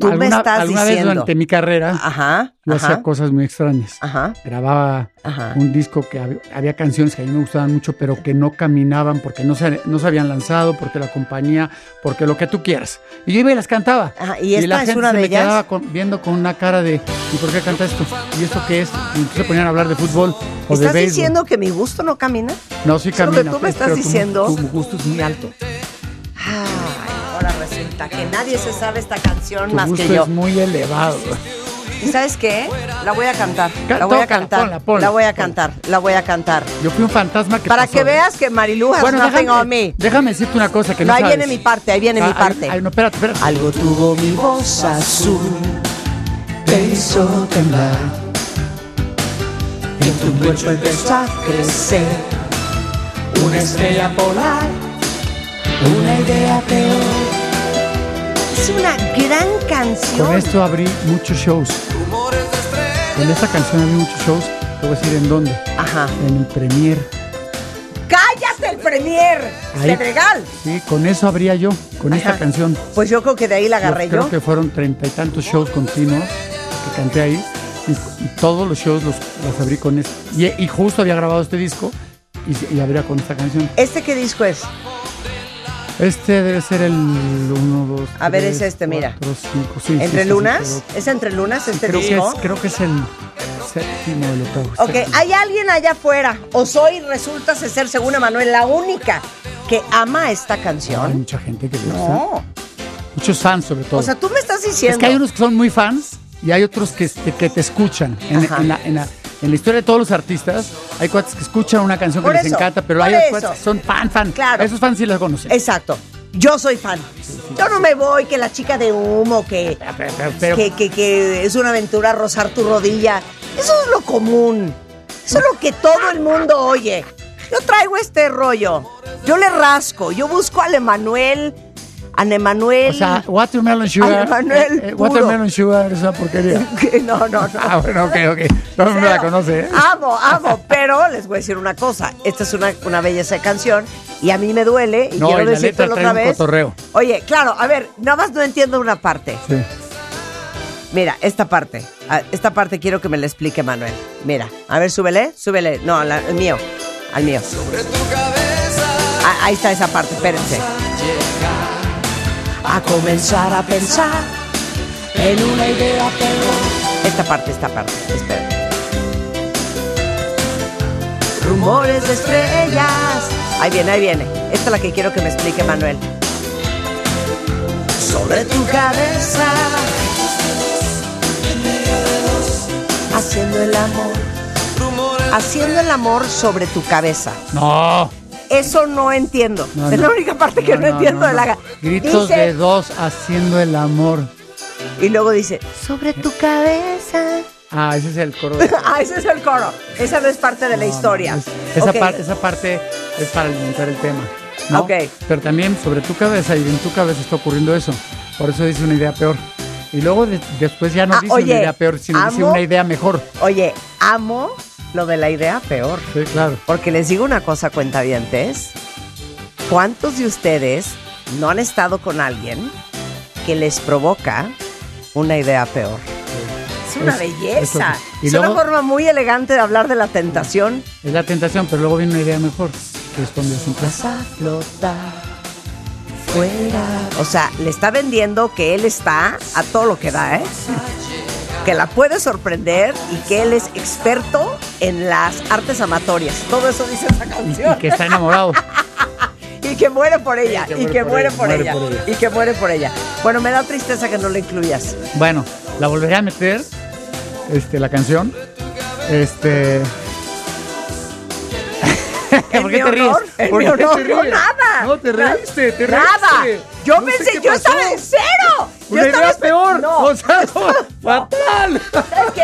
C: Tú me
I: alguna,
C: estás
I: alguna vez
C: diciendo.
I: durante mi carrera,
C: Ajá,
I: yo
C: ajá,
I: hacía cosas muy extrañas.
C: ajá,
I: Grababa
C: ajá.
I: un disco que hab- había, canciones que a mí me gustaban mucho, pero que no caminaban porque no se, no se habían lanzado, porque la compañía, porque lo que tú quieras. Y yo iba y las cantaba.
C: Ajá, ¿y esta
I: la
C: es
I: gente
C: una
I: se
C: de
I: me
C: ellas?
I: quedaba con- viendo con una cara de, ¿y por qué canta esto? ¿Y esto qué es? Y entonces se ponían a hablar de fútbol o de
C: ¿Estás
I: béisbol.
C: diciendo que mi gusto no camina?
I: no, sí
C: eso que
I: camina.
C: tú me
I: pues,
C: estás
I: pero tu-
C: diciendo?
I: Tu, gusto es muy alto.
C: Ay, ahora resulta que nadie se sabe esta canción
I: Tu
C: más
I: gusto
C: que yo.
I: es muy elevado.
C: ¿Y sabes qué? La voy a cantar.
I: Ca-
C: La voy a
I: tócala,
C: cantar.
I: ponla, ponla,
C: la voy a
I: ponla.
C: cantar. La voy a cantar.
I: Yo fui un fantasma que
C: Para
I: pasó,
C: que
I: ¿eh?
C: veas que Marilu has
I: Bueno,
C: nothing
I: déjame,
C: on me.
I: déjame decirte una cosa que no,
C: No, ahí
I: sabes.
C: viene mi parte, ahí viene
I: Ah,
C: mi
I: ay-
C: parte.
I: ay, no, espérate, espérate.
C: Algo tuvo mi voz azul.
I: te hizo temblar. En tu cuerpo
C: empezó a crecer.
I: una estrella polar, una idea peor.
C: Es una gran canción.
I: Con esto abrí muchos shows. Con esta canción abrí muchos shows. Te voy a decir en dónde.
C: Ajá.
I: En el Premier.
C: ¡Cállate el premier!
I: Ahí.
C: ¡Pedregal!
I: Sí, con eso abría yo, con esta
C: Ajá.
I: canción.
C: Pues yo creo que de ahí la agarré
I: creo
C: yo.
I: que fueron treinta y tantos shows continuos que canté ahí. Y, y todos los shows los, los abrí con esto. Y, y justo había grabado este disco y, y abría con esta canción.
C: ¿Este qué disco es?
I: Este debe ser el 1, 2,
C: A ver, es este, mira. ¿Entre lunas? ¿Es entre lunas este
I: creo, que
C: disco?
I: es, creo que es el séptimo del octavo.
C: Ok,
I: séptimo.
C: hay alguien allá afuera, o soy, resulta ser, según Emanuel, la única que ama esta
I: Hay
C: canción.
I: mucha gente que le gusta.
C: No.
I: Muchos fans, sobre todo.
C: O sea, tú me estás
I: es
C: diciendo.
I: que hay unos que son muy fans y hay otros que, que- que este, te escuchan en,
C: Ajá.
I: en la, en la- en la historia de todos los artistas, hay cuates que escuchan una canción que
C: Por
I: les
C: eso,
I: encanta, pero
C: por
I: hay
C: eso.
I: cuates que son fan, fan.
C: Claro.
I: Esos fans sí los conocen.
C: Exacto. Yo soy fan. Yo no me voy que la chica de humo, que,
I: pero-
C: que, que- que es una aventura rozar tu rodilla. Eso es lo común. Eso es lo que todo el mundo oye. Yo traigo este rollo. Yo le rasco. Yo busco al Emanuel. A Emanuel.
I: O sea, Watermelon Sugar.
C: Al Emanuel
I: eh, eh,
C: puro.
I: watermelon Sugar es una porquería.
C: No, no, no.
I: Ah, bueno, ok, ok. Todo el mundo la conoce, ¿eh?
C: Amo, amo, pero les voy a decir una cosa. Esta es una, una belleza de canción y a mí me duele y quiero
I: No, y la letra
C: decírtelo
I: trae
C: otra
I: un
C: vez.
I: cotorreo.
C: Oye, claro, a ver, nada más no entiendo una parte.
I: Sí.
C: Mira, esta parte. a- Esta parte quiero que me la explique Manuel. Mira, a ver, súbele, súbele. No, la- el mío, al mío. Ah, ahí está esa parte, espérense. A comenzar a pensar en una idea pero... Esta parte, esta parte, espérense. Rumores de estrellas. Ahí viene, ahí viene. Esta es la que quiero que me explique Manuel. Sobre tu cabeza. Haciendo el amor. Haciendo el amor sobre tu cabeza.
I: No.
C: Eso no entiendo.
I: No,
C: es
I: no.
C: la única parte que no, entiendo de la.
I: Gritos
C: Dice-
I: de dos haciendo el amor.
C: Y luego dice, sobre tu cabeza.
I: Ah, ese es el coro. de-
C: ah, ese es el coro. Esa no es parte de la historia.
I: Esa,
C: Ok.
I: par- esa parte es para alimentar el tema. ¿no?
C: Ok.
I: Pero también sobre tu cabeza y en tu cabeza está ocurriendo eso. Por eso dice una idea peor. Y luego de- después ya no
C: Ah,
I: dice
C: oye,
I: una idea peor, sino dice
C: amo-
I: una idea mejor.
C: Oye, amo lo de la idea peor.
I: Sí, claro.
C: Porque les digo una cosa, cuentavientes. ¿Cuántos de ustedes no han estado con alguien que les provoca una idea peor? Es una
I: Es-
C: belleza.
I: es lo que- y
C: Es
I: luego-
C: una forma muy elegante de hablar de la tentación.
I: Es la tentación, pero luego viene una idea mejor. Responde sin plaza.
C: Fuera. O sea, le está vendiendo que él está a todo lo que da, ¿eh? Que la puede sorprender y que él es experto en las artes amatorias. Todo eso dice esa canción.
I: Y que está enamorado.
C: y que muere por ella,
I: Sí,
C: y que muere por ella,
I: muere por
C: y que muere por ella. Bueno, me da tristeza que no la incluyas.
I: Bueno, la volveré a meter, este, la canción. Este.
C: ¿En
I: ¿Por
C: mi
I: qué te ríes?
C: honor? ¿En
I: ¿Por
C: mi
I: qué te
C: honor?
I: ríes?
C: No, nada.
I: No, te
C: Na-
I: reíste, te
C: Nada.
I: reíste.
C: Yo
I: No sé
C: pensé,
I: qué
C: yo estaba
I: pasó.
C: en cero. yo
I: Una
C: estaba este-
I: idea peor.
C: No.
I: O sea, no, fatal.
C: ¿Sabes qué?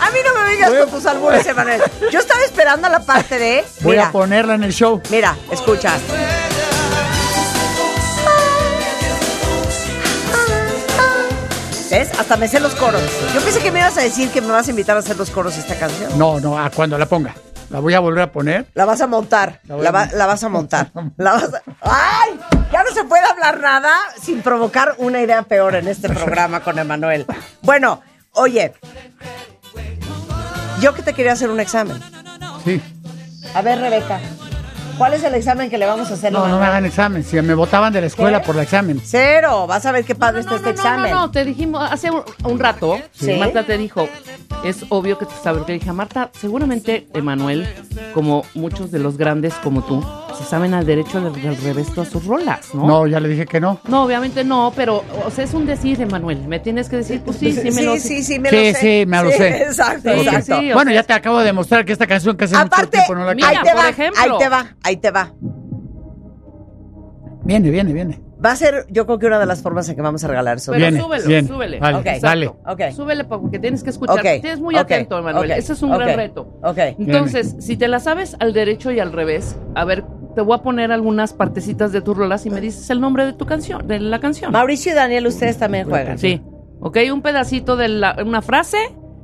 C: A mí no me vengas
I: Voy a-
C: con tus albures, Emanuel. Yo estaba esperando la parte de.
I: Voy
C: mira,
I: a ponerla en el show.
C: Mira, escucha. ¿Ves? Hasta me sé los coros. Yo pensé que me ibas a decir que me vas a invitar a hacer los coros de esta canción.
I: No, no, a cuando la ponga. La voy a volver a poner.
C: La vas a montar.
I: voy
C: La,
I: a
C: va-
I: montar.
C: la vas a montar. La vas a- ¡Ay! Ya no se puede hablar nada sin provocar una idea peor en este programa con Emanuel. Bueno, oye. Yo que te quería hacer un examen.
I: Sí.
C: A ver, Rebeca. ¿Cuál es el examen que le vamos a hacer a
I: No, no me
C: Emanuel?
I: hagan examen. Si me botaban de la escuela
C: ¿Qué?
I: por el examen.
C: Cero. Vas a ver qué padre está este
J: No, no,
C: examen.
J: no, te dijimos hace un, un rato,
C: Sí.
J: Marta te dijo, es obvio que te sabes que dije, Marta, seguramente Emanuel, como muchos de los grandes como tú, se saben al derecho y al, al revés todas sus rolas, ¿no?
I: No, ya le dije que no.
J: No, obviamente no, pero o sea, es un decir, Emanuel. Me tienes que decir, pues sí, sí me lo sé.
C: sí, sí, me
I: sí,
C: lo sé.
I: sí, me lo
C: Sí,
I: sé.
C: Exacto,
I: Ok.
C: exacto.
J: sí, o
I: bueno,
J: sea-
I: ya te acabo de demostrar que esta canción que hace mucho
C: Aparte,
I: tiempo no la
J: mira,
C: ahí te
J: por
C: va,
J: ejemplo.
C: ahí te va, ahí te va.
I: Viene, viene, viene.
C: Va a ser, yo creo que una de las formas en que vamos a regalar esos
J: Pero
I: Viene,
J: súbelo,
I: viene.
J: súbele.
I: Vale,
C: Ok.
I: dale.
C: Ok,
J: Súbele porque tienes que escuchar.
C: Ok,
J: Tienes muy
C: ok,
J: atento, Emanuel.
C: ok,
J: Ese es un
C: ok.
J: gran reto.
C: ok.
J: Entonces, si te la sabes al derecho y al revés, a ver, te voy a poner algunas partecitas de tus rolas y me dices el nombre de tu canción, de la canción.
C: Mauricio y Daniel, ustedes también juegan.
J: Sí. Ok, un pedacito de la- una frase.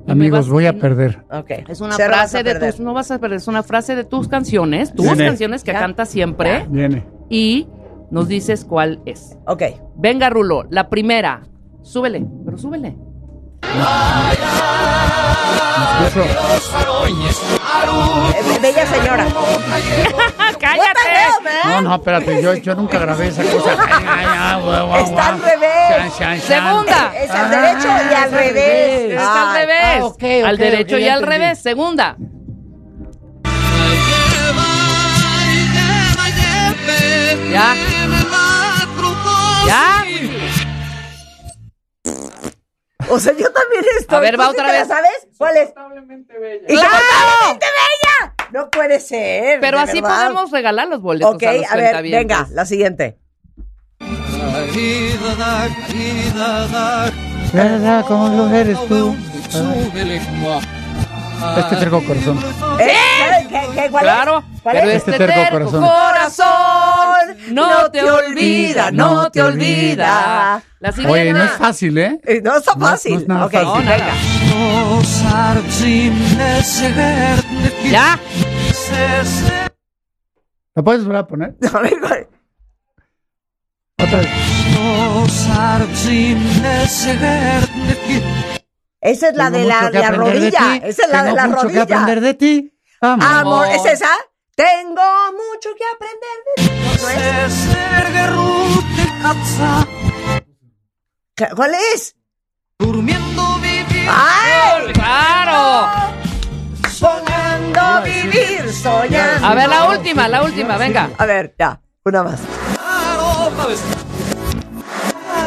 J: y me
I: Amigos,
J: vas-
I: voy a perder.
C: Ok.
J: Es una
C: Cero vas a
J: frase de
C: perder.
J: tus. No vas a perder, es una frase de tus canciones, tus
I: Viene.
J: canciones que
C: Ya.
J: cantas siempre.
I: Viene.
J: Y nos dices cuál es.
C: Ok. Eh,
J: Venga, Rulo, la primera. Súbele, pero súbele.
C: Eh, bella señora.
J: ¡Cállate!
I: No, no, espérate, yo, yo nunca grabé esa cosa. Ay, ay, ay, guau, guau,
C: Está al
I: guau. Shan,
C: revés.
I: shan, shan.
J: Segunda.
C: Es al derecho y al revés.
J: Es al
C: Ay.
J: Ah, revés.
I: ah, ok, ok,
J: al
I: ok,
J: derecho y
I: ya
J: al
I: entendí.
J: revés. Segunda. Ya. Ya.
C: O sea, yo también estoy estoy.
J: A ver,
C: ¿Tú
J: va
C: sí
J: otra
C: te la
J: vez.
C: sabes? ¿Cuál es?
J: bella.
C: ¡Insoportablemente bella! No puede ser.
J: Pero
C: de
J: así
C: verdad.
J: podemos regalar los boletos.
C: Ok,
J: a, los
C: a ver,
J: cuentavientes.
C: venga, la siguiente.
I: ¿Verdad? ¿Cómo lo eres tú? Este terco corazón.
C: ¿Eh? ¿Sabe ¿Qué, qué, cuál
J: Claro,
C: es? ¿Cuál
I: pero
C: es?
I: este terco corazón.
C: corazón no te olvida, no te olvida.
J: La
I: Oye, no es fácil, ¿eh?
C: Eh, No está
I: No es-
C: fácil.
I: no es nada
C: ok,
I: fácil.
C: venga.
J: Ya.
I: ¿La puedes volver a poner?
C: A ver, ¿cuál?
I: Otra vez.
C: Esa es la
I: Tengo
C: de
I: mucho
C: la,
I: que
C: la
I: aprender de
C: rodilla.
I: ti.
C: Esa es la de
I: Tengo
C: la
I: mucho que
C: rodilla.
I: aprender de ti. Vamos.
C: Amor, ¿es esa? Tengo mucho que aprender de ti. ¿No es? ¿Cuál es?
F: Durmiendo vivir.
C: Ah, ¡Ay!
J: ¡Claro!
C: Soñando vivir, soñando.
J: A ver, la última, la última, venga.
C: A ver, ya, una más.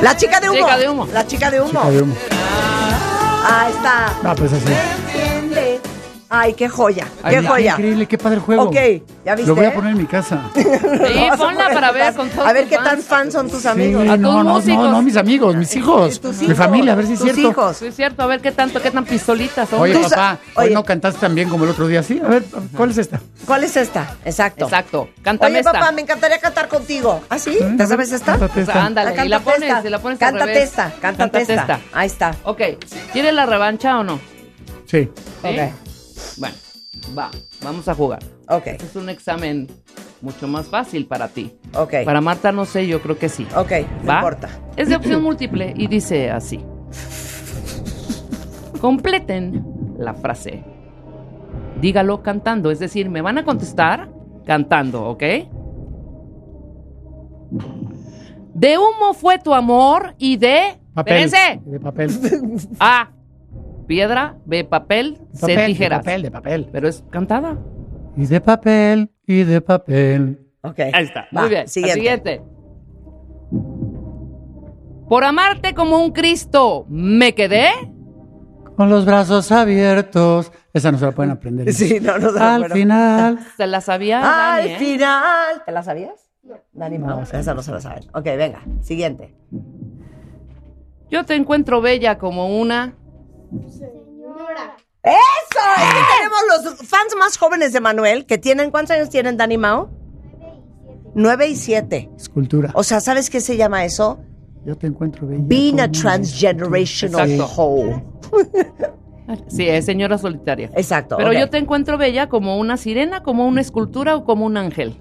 C: La chica de humo.
J: Chica de humo.
C: La chica de humo.
I: Chica de humo.
C: Ah, está.
I: Ah, pues así.
C: Entiende. Ay, qué joya,
I: Ay,
C: qué
I: qué
C: joya.
I: Increíble, qué padre juego.
C: Ok, ya viste.
I: Lo voy a poner en mi casa.
J: Sí,
C: Vamos a
J: ponla
C: poner
J: para ver
C: las-
J: con todos
C: A ver
J: tus
C: qué
J: fans.
C: tan fans son tus
I: Sí,
C: amigos.
I: no,
J: tus
I: no, no,
J: músicos.
I: no, mis amigos, mis hijos,
C: tus
I: mi
C: hijos,
I: familia, a ver si es
C: tus
I: cierto.
C: hijos.
J: Sí, es cierto, a ver qué tanto, qué tan pistolitas son.
I: Oye,
C: Tus-
I: papá,
C: oye.
I: hoy no cantaste tan bien como el otro día, ¿sí? A ver, ¿cuál es esta?
C: ¿Cuál es esta? Exacto.
J: Exacto, cántame
C: Oye,
J: esta.
C: papá, me encantaría cantar contigo. ¿Ah, sí?
I: ¿Eh?
C: ¿Te sabes esta?
I: Cántate
J: O sea,
I: esta.
J: ándale,
C: Ah,
J: y la
C: cántate
J: pones,
C: esta.
J: y la pones al
C: Cántate
J: revés.
C: esta, cántate esta. Ahí está.
J: Ok, ¿quieres la revancha o no?
I: Sí.
J: ¿Sí?
C: Ok,
J: Bueno, va, vamos a jugar. Este
C: ok,
J: Es un examen mucho más fácil para ti.
C: ok.
J: Para Marta no sé, yo creo que sí.
C: Ok, no
J: ¿Va?
C: importa.
J: Es de opción múltiple y dice así. Completen la frase. Dígalo cantando, es decir, me van a contestar cantando, ¿ok? De humo fue tu amor y de...
I: Papel.
J: Espérense.
I: De papel.
J: A. Piedra. B. Papel. C.
I: papel, de
J: Tijeras.
I: papel, de papel.
J: Pero es cantada.
I: Y de papel, y de papel.
C: Ok.
J: Ahí está.
C: Va,
J: Muy bien. Siguiente.
C: Siguiente.
J: siguiente. Por amarte como un Cristo, me quedé.
I: Con los brazos abiertos. Esa no se la pueden aprender.
C: Sí, no, no se la
I: Al
C: puedo.
I: final.
J: Se la sabía. Dani,
C: Al
J: ¿eh?
C: final. ¿Te la sabías? Dani, no, esa no se la saben. Ok, venga, siguiente.
J: Yo te encuentro bella como una.
C: ¡Eso! Aquí
J: Ah.
C: tenemos los fans más jóvenes de Manuel que tienen. ¿Cuántos años tienen Dani Mao? Nueve y siete.
I: Escultura.
C: O sea, ¿sabes qué se llama eso?
I: Yo te encuentro bella.
C: Being a
I: como
C: transgenerational
J: Exacto.
C: hoe.
J: Sí, es señora solitaria.
C: Exacto.
J: Pero
C: ok.
J: yo te encuentro bella como una sirena, como una escultura o como un ángel.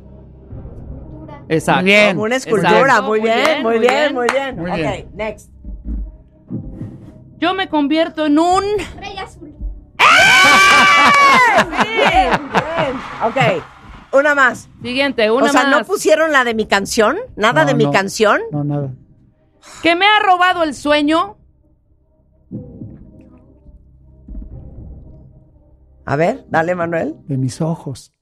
J: Exacto.
I: Muy bien.
C: Como una escultura.
J: Exacto,
C: Muy, bien, muy bien, muy bien,
I: Muy
C: Ok,
I: bien.
C: next.
J: Yo me convierto en un.
C: Bien, bien. Ok, una más.
J: Siguiente, una
C: o sea,
J: más.
C: ¿no pusieron la de mi canción? ¿Nada
I: No,
C: de mi
I: no.
C: canción?
I: No, nada.
J: Que me ha robado el sueño.
C: A ver, dale, Manuel.
I: De mis ojos.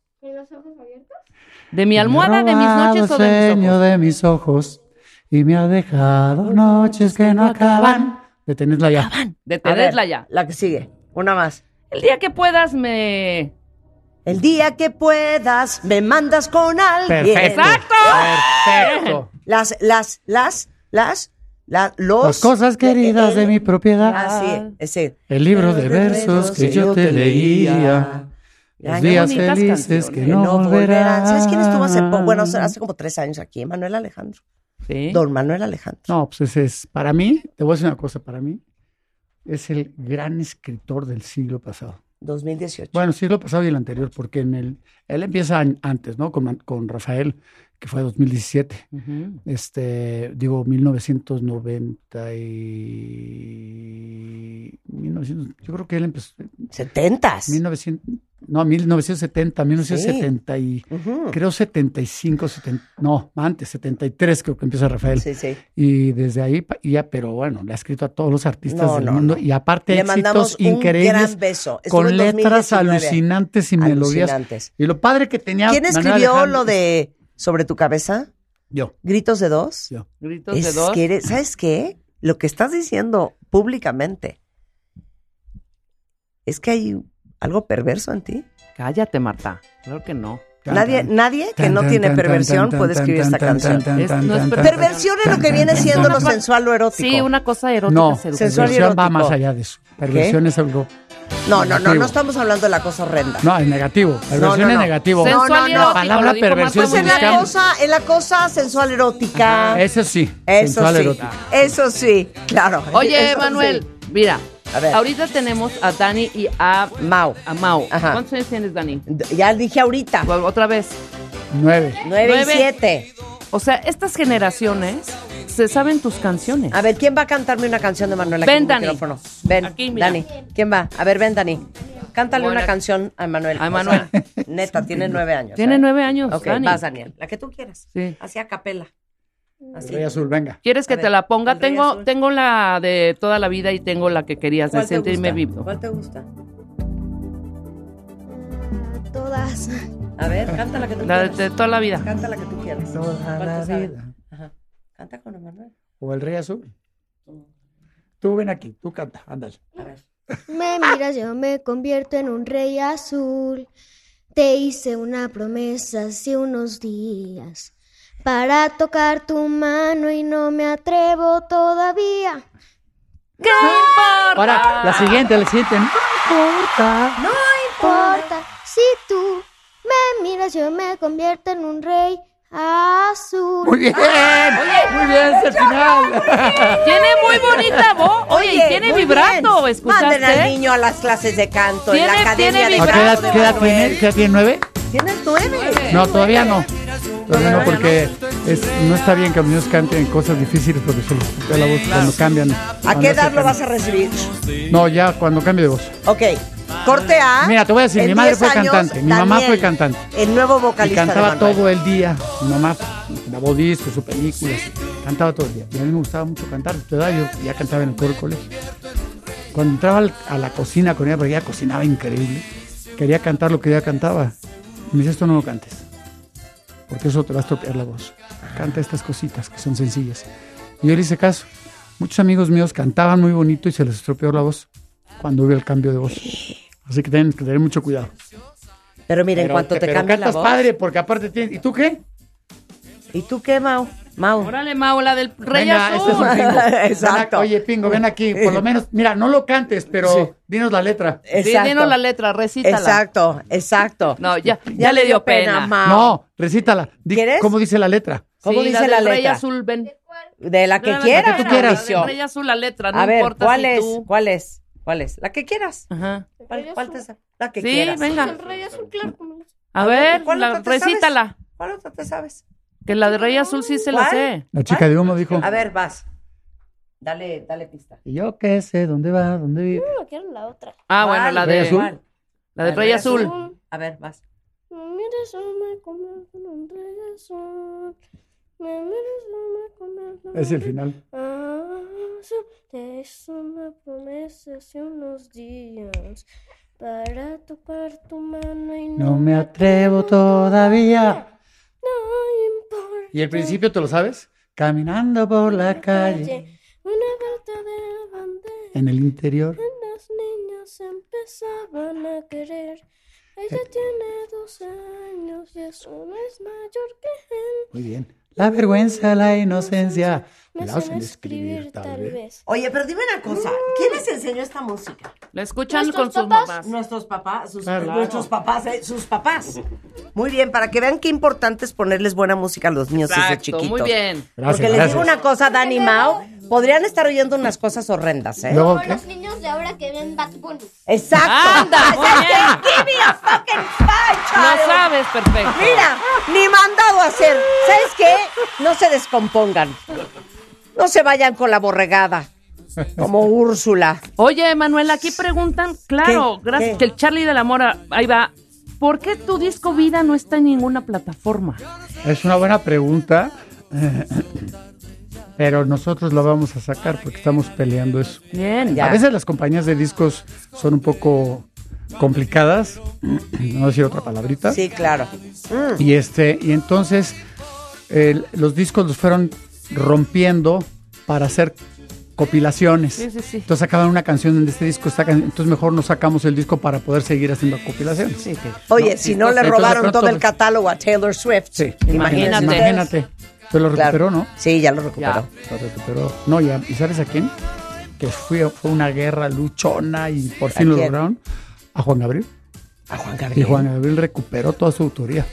J: De mi almohada, de mis noches o de mis
I: sueño
J: ojos.
I: de mis ojos. Y me ha dejado noches que no acaban. Detenedla ya.
J: De
C: A ver,
J: tenerla ya.
C: La que sigue. Una más.
J: El día que puedas me.
C: El día que puedas, me mandas con alguien.
I: Perfecto.
J: ¡Exacto!
I: Perfecto.
C: Las, las, las, las, la- los. Ah,
I: Las cosas queridas de mi propiedad.
C: Así es, es decir,
I: El libro de versos que yo te leía.
C: Ay,
I: Los
C: qué
I: días
J: bonitas
I: felices que
J: canciones.
I: no volverán.
C: ¿Sabes quién estuvo hace poco? Bueno, hace, hace como tres años aquí, Manuel Alejandro.
J: Sí.
C: Don Manuel Alejandro.
I: No, pues ese es, para mí, te voy a decir una cosa, para mí, es el gran escritor del siglo pasado.
C: 2018.
I: Bueno, siglo pasado y el anterior, porque en el, él empieza an- antes, ¿no? Con, Man- con Rafael, que fue 2017,
J: Ujú.
I: este, digo, 1990 y... 1900, yo creo que él empezó...
C: 70s.
I: 1900, no, 1970, 1970 y...
C: Ujú.
I: Creo 75, 70, no, antes, 73 creo que empieza Rafael.
C: Sí, sí.
I: Y desde ahí, pa- y ya, pero bueno, le ha escrito a todos los artistas
C: No,
I: del
C: no,
I: mundo
C: no.
I: y aparte
C: Le mandamos
I: éxitos
C: un gran
I: increíbles
C: beso. Estuvo
I: con
C: en
I: letras
C: 2019.
I: alucinantes y melodías.
C: Alucinantes.
I: Y lo padre que tenía.
C: ¿Quién
I: Manuel
C: escribió
I: Alejandro-
C: lo de Sobre tu cabeza?
I: Yo.
C: ¿Gritos de dos?
I: Yo.
J: Gritos de
C: Es
J: dos.
C: que eres- ¿Sabes qué? Lo que estás diciendo públicamente es que hay algo perverso en ti.
J: Cállate, Marta. Claro que no.
C: Nadie, nadie que no tiene perversión puede escribir esta canción.
J: Es- no es
C: Perversión es lo que viene siendo lo sensual o erótico.
J: Sí, una cosa erótica.
I: No,
J: seductora.
C: Sensual y
I: perversión va
C: erótico.
I: más allá de eso. Perversión es algo.
C: No, no, no, no
I: negativo.
C: estamos hablando de la cosa horrenda.
I: No, es negativo. Perversión es negativo. La palabra perversión
C: Pues en la,
I: buscamos.
C: cosa, en la cosa sensual erótica.
I: Eso sí.
C: Eso
I: sensual
C: sí.
I: erótico.
C: Eso sí, claro.
J: Oye,
C: Eso
J: Manuel,
C: sí.
J: mira.
C: A ver.
J: Ahorita tenemos a Dani y a
C: Mau.
J: A Mau.
C: Ajá.
J: ¿Cuántos años tienes, Dani?
C: Ya dije ahorita.
J: Otra vez.
I: Nueve.
C: 9 y
J: Nueve.
C: 7.
J: O sea, estas generaciones se saben tus canciones.
C: A ver, ¿quién va a cantarme una canción de Manuel? aquí
J: Ven,
C: en el
J: Dani.
C: micrófono? Ven,
J: Aquí, mira.
C: Dani. ¿Quién va? A ver, ven, Dani. Cántale
J: Buena-
C: una canción a Manuel.
J: A
C: O
J: Manuel.
C: sea, neta, tiene nueve años.
J: Tiene
C: ¿eh?
J: nueve años,
C: Ok,
J: Dani.
C: vas, Daniel. La que tú quieras.
J: Sí.
C: Así a capela. Así.
I: Rey azul, venga.
J: ¿Quieres que
C: A
J: te
C: ver,
J: la ponga?
C: el Rey
J: Tengo,
C: Azul.
J: tengo la de toda la vida y tengo la que querías de
C: ¿Cuál te
J: sentirme
C: gusta?
J: vivo.
C: ¿Cuál te gusta?
G: Todas.
C: A ver, canta la que tú
J: La de,
C: quieras.
J: de toda la vida.
C: Canta la que tú quieras.
I: Toda
C: ¿Cuál
I: la
C: te sabe?
I: vida.
C: Ajá. Canta con Manuel.
I: O el rey azul. Tú ven aquí, tú canta, ándale.
G: Me miras, yo me convierto en un rey azul. Te hice una promesa hace unos días para tocar tu mano y no me atrevo todavía. ¿Qué
C: Ah.
I: Ahora, la siguiente, la siguiente. ¿no?
G: No importa si tú me miras, yo me convierto en un rey azul.
I: Muy bien, muy bien, es el final.
J: Tiene muy bonita voz. Oye, y tiene
C: muy
J: vibrato,
C: bien.
J: ¿escuchaste?
C: Manden al niño a las clases de canto en la
J: Tiene-
C: academia
J: tiene
C: de
I: ¿O ¿Qué edad,
C: canto de
I: qué edad
C: Manuel.
I: tiene? ¿Qué edad tiene? ¿Nueve?
C: Tienes nueve.
I: No, todavía no. Todavía no, porque es- no está bien que los niños canten cosas difíciles porque se les quita la voz cuando cambian.
C: ¿A
I: cuando
C: qué
I: se
C: edad lo
I: cambian.
C: vas a recibir?
I: No, ya cuando cambie de voz.
C: Ok. Corte A.
I: Mira, te voy a decir,
C: En
I: mi madre
C: 10
I: fue
C: años,
I: cantante, mi mamá
C: Daniel,
I: fue cantante.
C: El nuevo
I: Y
C: vocalista de
I: cantaba
C: Manuel.
I: todo el día. Mi mamá grabó discos, sus películas, cantaba todo el día. Y a mí me gustaba mucho cantar. De verdad, yo ya cantaba en el coro del colegio. Cuando entraba al- a la cocina con ella, porque ella cocinaba increíble, quería cantar lo que ella cantaba. Y me dice, esto no lo cantes, porque eso te va a estropear la voz. Canta estas cositas que son sencillas. Y yo le hice caso. Muchos amigos míos cantaban muy bonito y se les estropeó la voz cuando hubo el cambio de voz. Así que tienen que tener mucho cuidado.
C: Pero mira, en
I: Pero
C: cuanto te
I: pero
C: cambia la
I: cantas
C: voz.
I: padre, porque aparte tienes. ¿Y tú qué?
C: ¿Y tú qué, Mau? Mau.
J: Órale, Mau, la del Rey
I: Venga,
J: Azul.
I: este es un pingo. Ven acá,
C: Exacto.
I: oye, pingo, ven aquí. Por lo menos, mira, no lo cantes, pero dinos la letra.
J: Sí,
C: Exacto.
J: dinos la letra, recítala.
C: Exacto, exacto.
J: No, ya, ya, le dio, pena.
C: Mau.
I: No, recítala.
C: Ah.
I: Di-
C: ¿Quieres?
I: ¿Cómo dice la letra?
C: ¿Cómo
J: Sí,
C: dice la,
J: del Rey
C: letra?
J: Azul, ven.
C: De la que
J: No, no,
C: quieras.
J: la que tú quieras. La
C: Mauricio.
J: del Rey Azul, la letra, no
C: A ver,
J: importa
C: ¿cuál
J: si
C: es?
J: tú-
C: ¿Cuál es? ¿Cuál es? La que quieras.
J: Ajá.
C: ¿Cuál, cuál te sa- La que
J: Sí,
C: quieras.
J: venga.
G: claro.
J: A ver,
C: ¿Cuál
J: la-
C: otra te sabes?
J: recítala.
C: ¿Cuál otra te sabes?
J: Que la de Rey Azul sí se la
C: ¿Cuál?
J: sé.
I: La chica de humo dijo.
C: A ver, vas. Dale, dale pista.
I: Y yo qué sé, ¿dónde va? ¿Dónde vive?
G: No, quiero la otra.
J: Ah,
C: ¿Cuál?
J: bueno, la
I: Rey Azul.
J: de,
C: ¿Cuál?
J: la de Rey Azul.
C: A ver, vas.
G: Me miras, yo me convierto en un rey azul. Me miras, yo me convierto en
I: Es el
G: un rey
I: final.
G: azul. Te hice una promesa hace unos días para tocar tu mano y no,
I: No me atrevo todavía.
G: No importa.
I: ¿Y el principio te lo sabes? Caminando por la calle,
G: Calle, Una vuelta de bandera.
I: en el interior.
G: Las niñas empezaban a querer. Ella tiene 12 años y eso no es mayor que él.
I: Muy bien. La vergüenza, la inocencia.
G: Me
I: la
G: hacen
I: hacen
G: escribir tal vez.
C: Oye, pero dime una cosa.
J: Mm.
C: ¿Quién les enseñó esta música?
J: La escuchan con
G: ¿Nuestros
J: sus
G: papás?
J: mamás.
C: Nuestros papás, sus,
J: Ah,
I: Claro.
C: nuestros papás, eh, sus papás. Muy bien, para que vean qué importante es ponerles buena música a los niños desde
J: Exacto,
C: chiquitos.
J: muy bien.
I: Gracias,
C: Porque les
I: gracias.
C: digo una cosa, Dani y Mao, podrían estar oyendo unas cosas horrendas, ¿eh?
I: Luego,
G: Como
I: ¿qué?
G: los niños de ahora que ven Bad Bunny.
C: Exacto.
J: Anda, muy Ah, bien.
C: Give me a fucking five, child.
J: Lo sabes perfecto.
C: Mira, ni mandado a hacer. ¿Sabes qué? No se descompongan. No se vayan con la borregada. Como Úrsula.
J: Oye, Manuel, aquí preguntan, claro,
C: ¿Qué?
J: gracias,
C: ¿Qué?
J: que el Charlie de la Mora, ahí va. ¿Por qué tu disco Vida no está en ninguna plataforma?
I: Es una buena pregunta, eh, pero nosotros la vamos a sacar porque estamos peleando eso.
J: Bien,
C: Ya.
I: A veces las compañías de discos son un poco complicadas, no decir otra palabrita.
C: Sí, claro.
I: Y este, y entonces el- los discos los fueron rompiendo para hacer copilaciones.
J: Sí, sí, sí.
I: Entonces sacaban una canción de este disco, esta can- entonces mejor no sacamos el disco para poder seguir haciendo compilaciones.
C: Oye, si no le
I: Entonces, de
C: robaron todo
I: pronto-
C: el catálogo a Taylor Swift.
I: Sí.
C: Imagínate.
I: Imagínate. Pero lo recuperó, ¿no?
C: Sí, ya lo recuperó.
I: Lo recuperó. No, ya. ¿Y sabes a quién? Que fue, fue una guerra luchona y por
C: ¿A
I: fin lo
C: quién?
I: lograron. A Juan Gabriel.
C: A Juan
I: Y
C: Gabriel.
I: Juan Gabriel recuperó toda su autoría.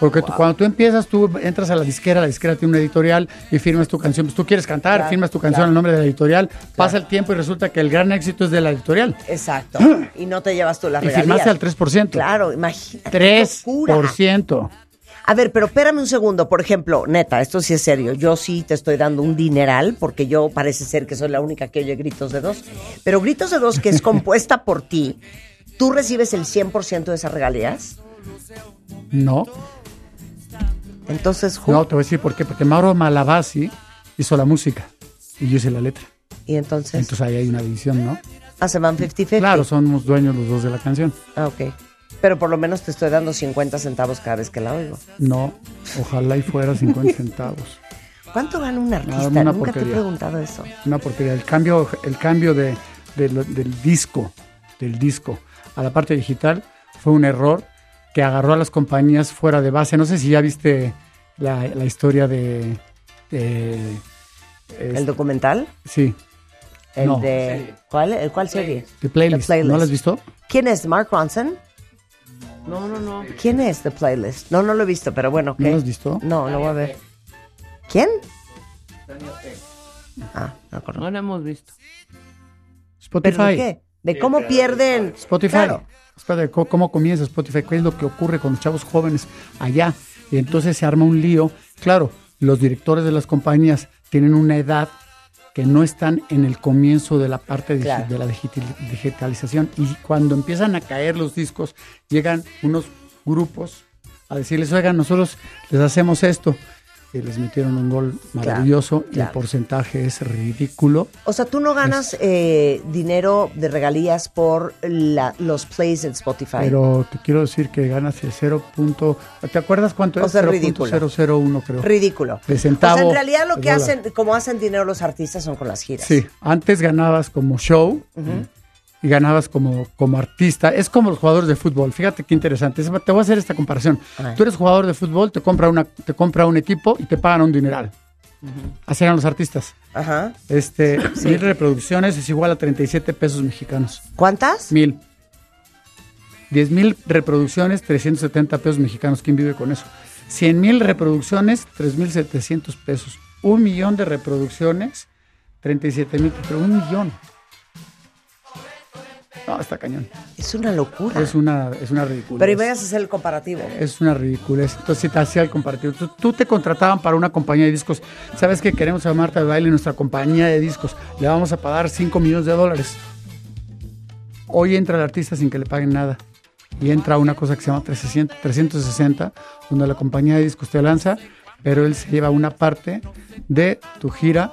I: Porque tú- cuando tú empiezas, tú entras a la disquera, la disquera tiene una editorial y firmas tu canción. Pues tú quieres cantar,
C: Claro,
I: firmas tu canción
C: claro.
I: al nombre de la editorial, pasa el tiempo y resulta que el gran éxito es de la editorial.
C: Exacto. Y no te llevas tú las
I: ¡Ah! Y
C: regalías.
I: firmaste al 3%.
C: Claro, imagínate. qué locura.
I: 3%.
C: A ver, pero espérame un segundo. Por ejemplo, neta, esto sí es serio. Yo sí te estoy dando un dineral porque yo parece ser que soy la única que oye Gritos de Dos. Pero Gritos de Dos, que es compuesta por ti, ¿tú recibes el 100% de esas regalías?
I: No.
C: Entonces,
I: No, te voy a decir por qué. Porque Mauro Malavasi hizo la música y yo hice la letra.
C: Y entonces.
I: Entonces ahí hay una división, ¿no?
C: Ah, se van 50-50.
I: Claro, somos dueños los dos de la canción.
C: Ah, ok. Pero por lo menos te estoy dando 50 centavos cada vez que la oigo.
I: No, ojalá y fuera 50 centavos.
C: ¿Cuánto gana un artista?
I: una
C: Nunca te he
I: porquería.
C: preguntado eso.
I: Una porquería. El cambio, el cambio de, de lo- del disco, del disco a la parte digital fue un error que agarró a las compañías fuera de base. No sé si ya viste la, la historia de, de- es-
C: ¿El documental?
I: Sí.
C: ¿El
I: No.
C: de cuál? ¿El cuál serie?
I: The Playlist. ¿No la has visto?
C: ¿Quién es? ¿Mark Ronson?
J: No, no, no.
C: ¿Quién es The Playlist? No, no lo he visto, pero bueno. ¿qué?
I: ¿No lo has visto?
C: No, lo voy a ver. ¿Quién? Ah,
J: No lo hemos visto.
I: Spotify.
C: ¿Pero de qué? ¿De cómo pierden?
I: Spotify.
C: Claro.
I: Espera, ¿cómo- ¿Cómo comienza Spotify? ¿Qué es lo que ocurre con los chavos jóvenes allá? Y entonces se arma un lío. Claro, los directores de las compañías tienen una edad que no están en el comienzo de la parte digi-
C: Claro.
I: de la digital- digitalización. Y cuando empiezan a caer los discos, llegan unos grupos a decirles, oigan, nosotros les hacemos esto. Y les metieron un gol maravilloso y
C: claro.
I: el porcentaje es ridículo.
C: O sea, tú no ganas eh, dinero de regalías por la- los plays en Spotify.
I: Pero te quiero decir que ganas el 0. Punto, ¿Te acuerdas cuánto
C: O
I: es?
C: sea, ridículo.
I: 0.001 creo.
C: Ridículo.
I: De
C: o
I: centavo.
C: sea, en realidad lo
I: de
C: que
I: dólar.
C: hacen, como hacen dinero los artistas son con las giras.
I: Sí, antes ganabas como show
C: Ujú.
I: y ganabas como, como artista. Es como los jugadores de fútbol. Fíjate qué interesante. Es- Te voy a hacer esta comparación.
C: A ver.
I: Tú eres jugador de fútbol, te compra, una, te compra un equipo y te pagan un dineral. Así eran los artistas.
C: Ajá.
I: Este,
C: Sí.
I: Mil reproducciones es igual a 37 pesos mexicanos.
C: ¿Cuántas?
I: Mil. 10 mil reproducciones, 370 pesos mexicanos. ¿Quién vive con eso? 100 mil reproducciones, 3.700 pesos. Un millón de reproducciones, 37 mil, pero un millón. No, está cañón.
C: Es una locura.
I: Es una, es una ridiculez.
C: Pero y vayas a hacer el comparativo.
I: Es una ridiculez. Entonces, si te hacía el comparatido. Tú, tú te contrataban para una compañía de discos. ¿Sabes que queremos a Marta de Baile, nuestra compañía de discos? Le vamos a pagar 5 millones de dólares. Hoy entra el artista sin que le paguen nada. Y entra una cosa que se llama 360, 360, donde la compañía de discos te lanza, pero él se lleva una parte de tu gira,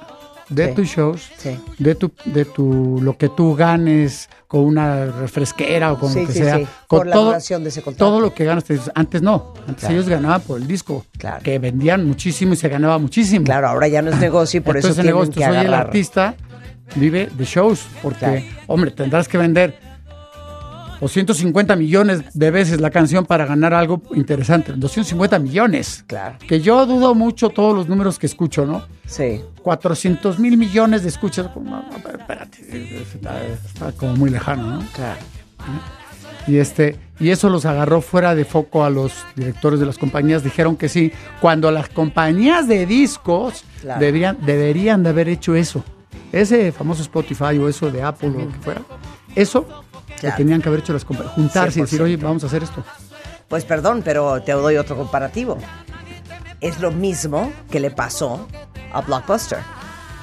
I: de
C: Sí.
I: tus shows,
C: Sí.
I: de tu, de tu, lo que tú ganes con una refresquera o con
C: Sí,
I: lo que
C: sí,
I: sea,
C: sí.
I: con
C: Por la duración de ese contrato.
I: todo lo que ganas, te dices, antes no, antes
C: Claro.
I: ellos ganaban por el disco, que vendían muchísimo y se ganaba muchísimo.
C: Claro, ahora ya no es negocio y por eso
I: Entonces, el
C: tienen
I: negocio,
C: que
I: entonces, hoy el
C: agarrar.
I: artista vive de shows, porque,
C: Claro.
I: hombre, tendrás que vender 250 millones de veces la canción para ganar algo interesante, 250 millones.
C: Claro.
I: Que yo dudo mucho todos los números que escucho, ¿no?
C: Sí.
I: 400 mil millones de escuchas. Como, no, no, espérate, está, está como muy lejano, ¿no?
C: Claro.
I: Y, este, y eso los agarró fuera de foco a los directores de las compañías. Dijeron que sí, cuando las compañías de discos
C: Claro.
I: deberían, deberían de haber hecho eso. Ese famoso Spotify o eso de Apple o lo que fuera. Eso
C: Claro.
I: lo tenían que haber hecho las compañías. Juntarse y decir,
C: 100%.
I: oye, vamos a hacer esto.
C: Pues perdón, pero te doy otro comparativo. Es lo mismo que le pasó a Blockbuster.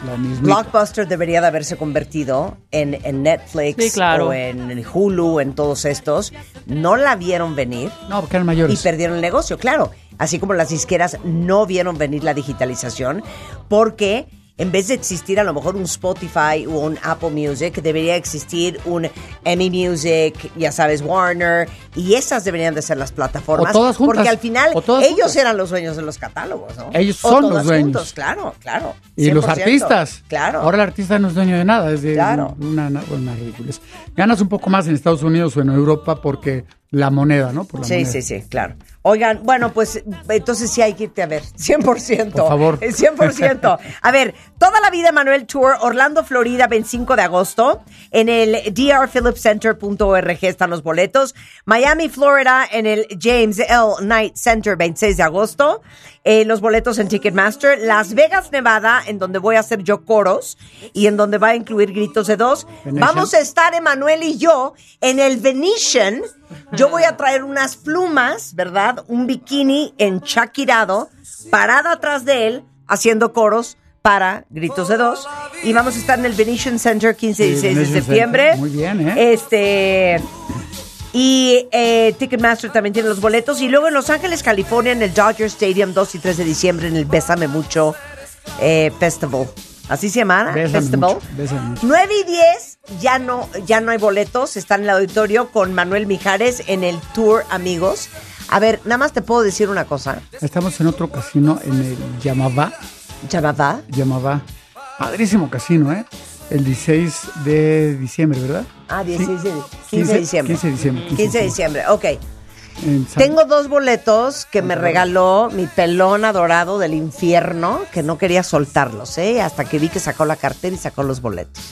I: Lo mismo.
C: Blockbuster debería de haberse convertido en, en Netflix
J: Sí, claro.
C: o en Hulu, en todos estos. No la vieron venir
I: No, porque eran mayores.
C: y perdieron el negocio, claro. Así como las disqueras no vieron venir la digitalización porque En vez de existir a lo mejor un Spotify o un Apple Music, debería existir un Emmy Music, ya sabes, Warner, y esas deberían de ser las plataformas.
I: O todas juntas,
C: porque al final
I: o todas
C: ellos
I: juntas.
C: eran los dueños de los catálogos, ¿no?
I: Ellos
C: O
I: son los
C: todas
I: dueños.
C: juntos, claro, claro.
I: Y los
C: 100%,
I: artistas.
C: Claro.
I: Ahora el artista no es dueño de nada, es de
C: Claro.
I: una, una, una ridiculez. Ganas un poco más en Estados Unidos o en Europa porque la moneda, ¿no? Por la
C: Sí,
I: moneda.
C: sí, sí, claro. Oigan, bueno, pues entonces sí hay que irte a ver, 100%.
I: Por favor.
C: Eh, 100%. A ver, Toda la Vida Manuel Tour, Orlando, Florida, 25 de agosto. En el drphillipscenter.org están los boletos. Miami, Florida, en el James L. Knight Center, 26 de agosto. Eh, los boletos en Ticketmaster. Las Vegas, Nevada, en donde voy a hacer yo coros y en donde va a incluir gritos de dos.
L: Venetian.
C: Vamos a estar Emanuel y yo en el Venetian. Yo voy a traer unas plumas, ¿verdad? Un bikini enchaquirado, parada atrás de él, haciendo coros para Gritos de Dos. Y vamos a estar en el Venetian Center 15 y 16 de
I: Venetian Center.
C: septiembre.
I: Muy bien, ¿eh?
C: Este. Y eh, Ticketmaster también tiene los boletos. Y luego en Los Ángeles, California, en el Dodger Stadium, 2 y 3 de diciembre, en el Bésame Mucho eh, Festival. ¿Así se llama?
I: Bésame
C: Festival.
I: mucho, bésame mucho.
C: 9 y 10 ya no, ya no hay boletos, está en el auditorio con Manuel Mijares en el Tour Amigos. A ver, nada más te puedo decir una cosa.
I: Estamos en otro casino, en el Yamabá.
C: ¿Yamabá?
I: Yamabá. Padrísimo casino, ¿eh? El 16 de diciembre, ¿verdad?
C: Ah, 16 de, 15, de
I: 15
C: diciembre.
I: 15 de diciembre, 15 de
C: 15 de diciembre, ok.
I: En San-
C: Tengo dos boletos que me regaló mi pelón adorado del infierno, que no quería soltarlos, ¿eh? Hasta que vi que sacó la cartera y sacó los boletos.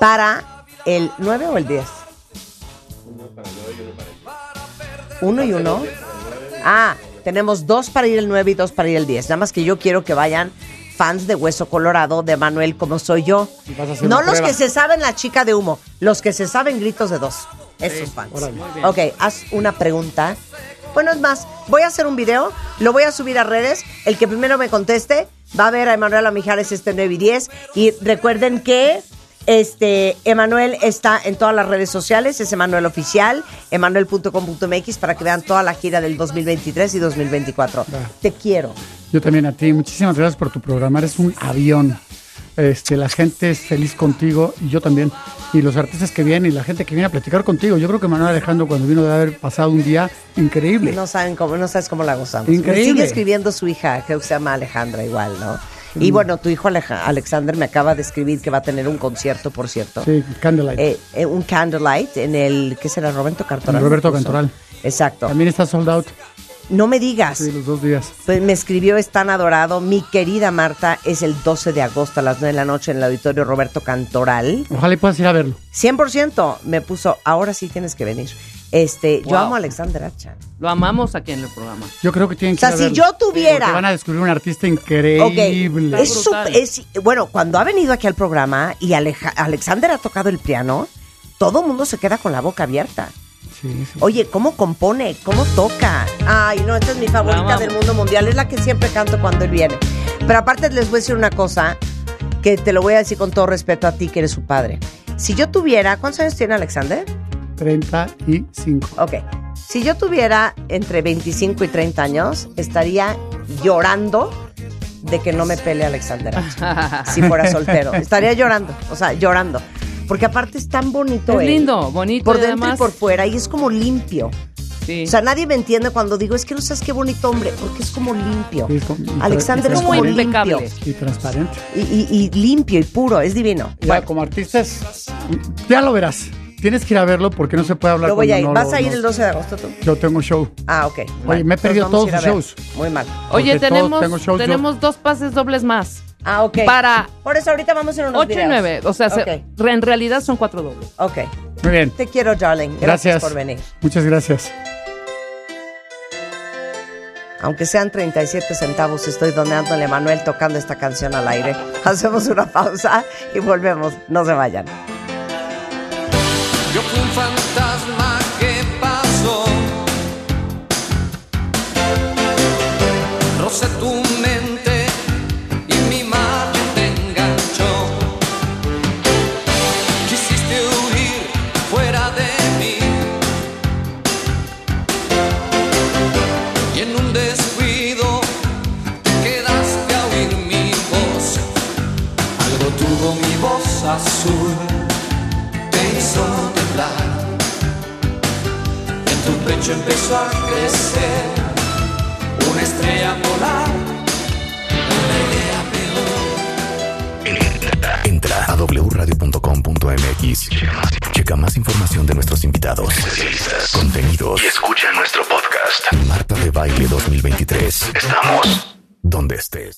C: Para el 9 o el 10. Uno y uno. Ah, tenemos dos para ir el 9 y dos para ir el 10. Nada más que yo quiero que vayan fans de Hueso Colorado, de Manuel como soy yo.
I: Y vas a hacer
C: No
I: una
C: los
I: prueba.
C: que se saben la chica de humo, los que se saben gritos de dos. Esos fans.
I: órale. Muy bien.
C: Ok, haz una pregunta. Bueno, es más, voy a hacer un video, lo voy a subir a redes. El que primero me conteste va a ver a Emanuel Mijares este 9 y 10. Y recuerden que este Emanuel está en todas las redes sociales, es Emanuel Oficial, emanuel.com.mx para que vean toda la gira del 2023 y 2024. Te quiero.
I: Yo también a ti. Muchísimas gracias por tu programa. Eres un avión. Este, la gente es feliz contigo y yo también. Y los artistas que vienen y la gente que viene a platicar contigo. Yo creo que Manuel Alejandro cuando vino de haber pasado un día increíble.
C: No saben cómo, no sabes cómo la gozamos.
I: Increíble.
C: Me sigue escribiendo su hija, creo que se llama Alejandra igual, ¿no? Y
I: Mm.
C: bueno, tu hijo Aleja- Alexander me acaba de escribir que va a tener un concierto, por cierto.
I: Sí, Candlelight.
C: Eh, eh, un candlelight en el, ¿qué será? Roberto Cantoral.
I: Roberto
C: puso.
I: Cantoral.
C: Exacto.
I: También está sold out.
C: No me digas.
I: Sí, los dos días.
C: Pues me escribió, es tan adorado. Mi querida Marta, es el 12 de agosto a las 9 de la noche en el auditorio Roberto Cantoral.
I: Ojalá y puedas ir a verlo.
C: 100% me puso, ahora sí tienes que venir. Este, yo
J: Wow.
C: amo a Alexander Hacha.
J: Lo amamos aquí en el programa.
I: Yo creo que tienen
C: O
I: que
C: sea,
I: ir a
C: si
I: verlo.
C: yo tuviera-
I: Porque van a descubrir un artista
C: Ok,
I: increíble.
C: es sup- es- bueno, cuando ha venido aquí al programa y Aleja- Alexander ha tocado el piano, todo el mundo se queda con la boca abierta.
I: Sí, sí.
C: Oye, ¿cómo compone? ¿Cómo toca? Ay, no, esta es mi favorita del mundo mundial. Es la que siempre canto cuando él viene. Pero aparte les voy a decir una cosa que te lo voy a decir con todo respeto a ti, que eres su padre. Si yo tuviera, ¿cuántos años tiene Alexander?
I: 35.
C: Ok. Si yo tuviera entre 25 y 30 años, estaría llorando de que no me pele Alexander Hacha, si fuera soltero. Estaría llorando, o sea, llorando. Porque aparte es tan bonito.
J: Es
C: él.
J: lindo, bonito
C: Por
J: y
C: dentro y
J: además-
C: por fuera, y es como limpio.
J: Sí.
C: O sea, nadie me entiende cuando digo, es que no sabes qué bonito hombre, porque es como limpio.
I: Sí, es como- y
C: Alexander
I: tra-
C: es
I: y
C: como
I: transparente.
C: limpio.
I: Y transparente.
C: Y, y- y limpio y puro, es divino.
I: Ya, como artistas, ya lo verás. Tienes que ir a verlo porque no se puede hablar
C: Lo voy
I: cuando
C: a ir.
I: no
C: ¿Vas
I: lo-
C: a ir
I: no-
C: el 12 de agosto tú?
I: Yo tengo show.
C: Ah, ok.
I: Oye,
C: Bueno,
I: me he perdido
C: entonces vamos
I: todos
C: a ir a ver.
I: los shows.
C: Muy mal.
J: Oye,
I: Porque todo-
J: tenemos,
I: tengo shows, yo-
J: tenemos dos pases dobles más.
C: Ah, ok.
J: Para
C: Por eso ahorita vamos a ir a unos
J: 8 y
C: videos.
J: 9. O sea, se-
C: Ok.
J: re- en realidad son cuatro dobles.
C: Ok.
I: Muy bien.
C: Te quiero, darling. Gracias,
I: Gracias.
C: por venir.
I: Muchas gracias.
C: Aunque sean 37 centavos, estoy donándole a Manuel tocando esta canción al aire. Hacemos una pausa y volvemos. No se vayan.
M: Yo fui un fantasma que pasó. Rocé tu mente y mi madre te enganchó. Quisiste huir fuera de mí. Y en un descuido te quedaste a oír mi voz.
F: pecho empezó a crecer una estrella polar.
A: Entra a wradio.com.mx. Checa más información de nuestros invitados, especialistas, contenidos y escucha nuestro podcast. Marta de Baile 2023. Estamos donde estés.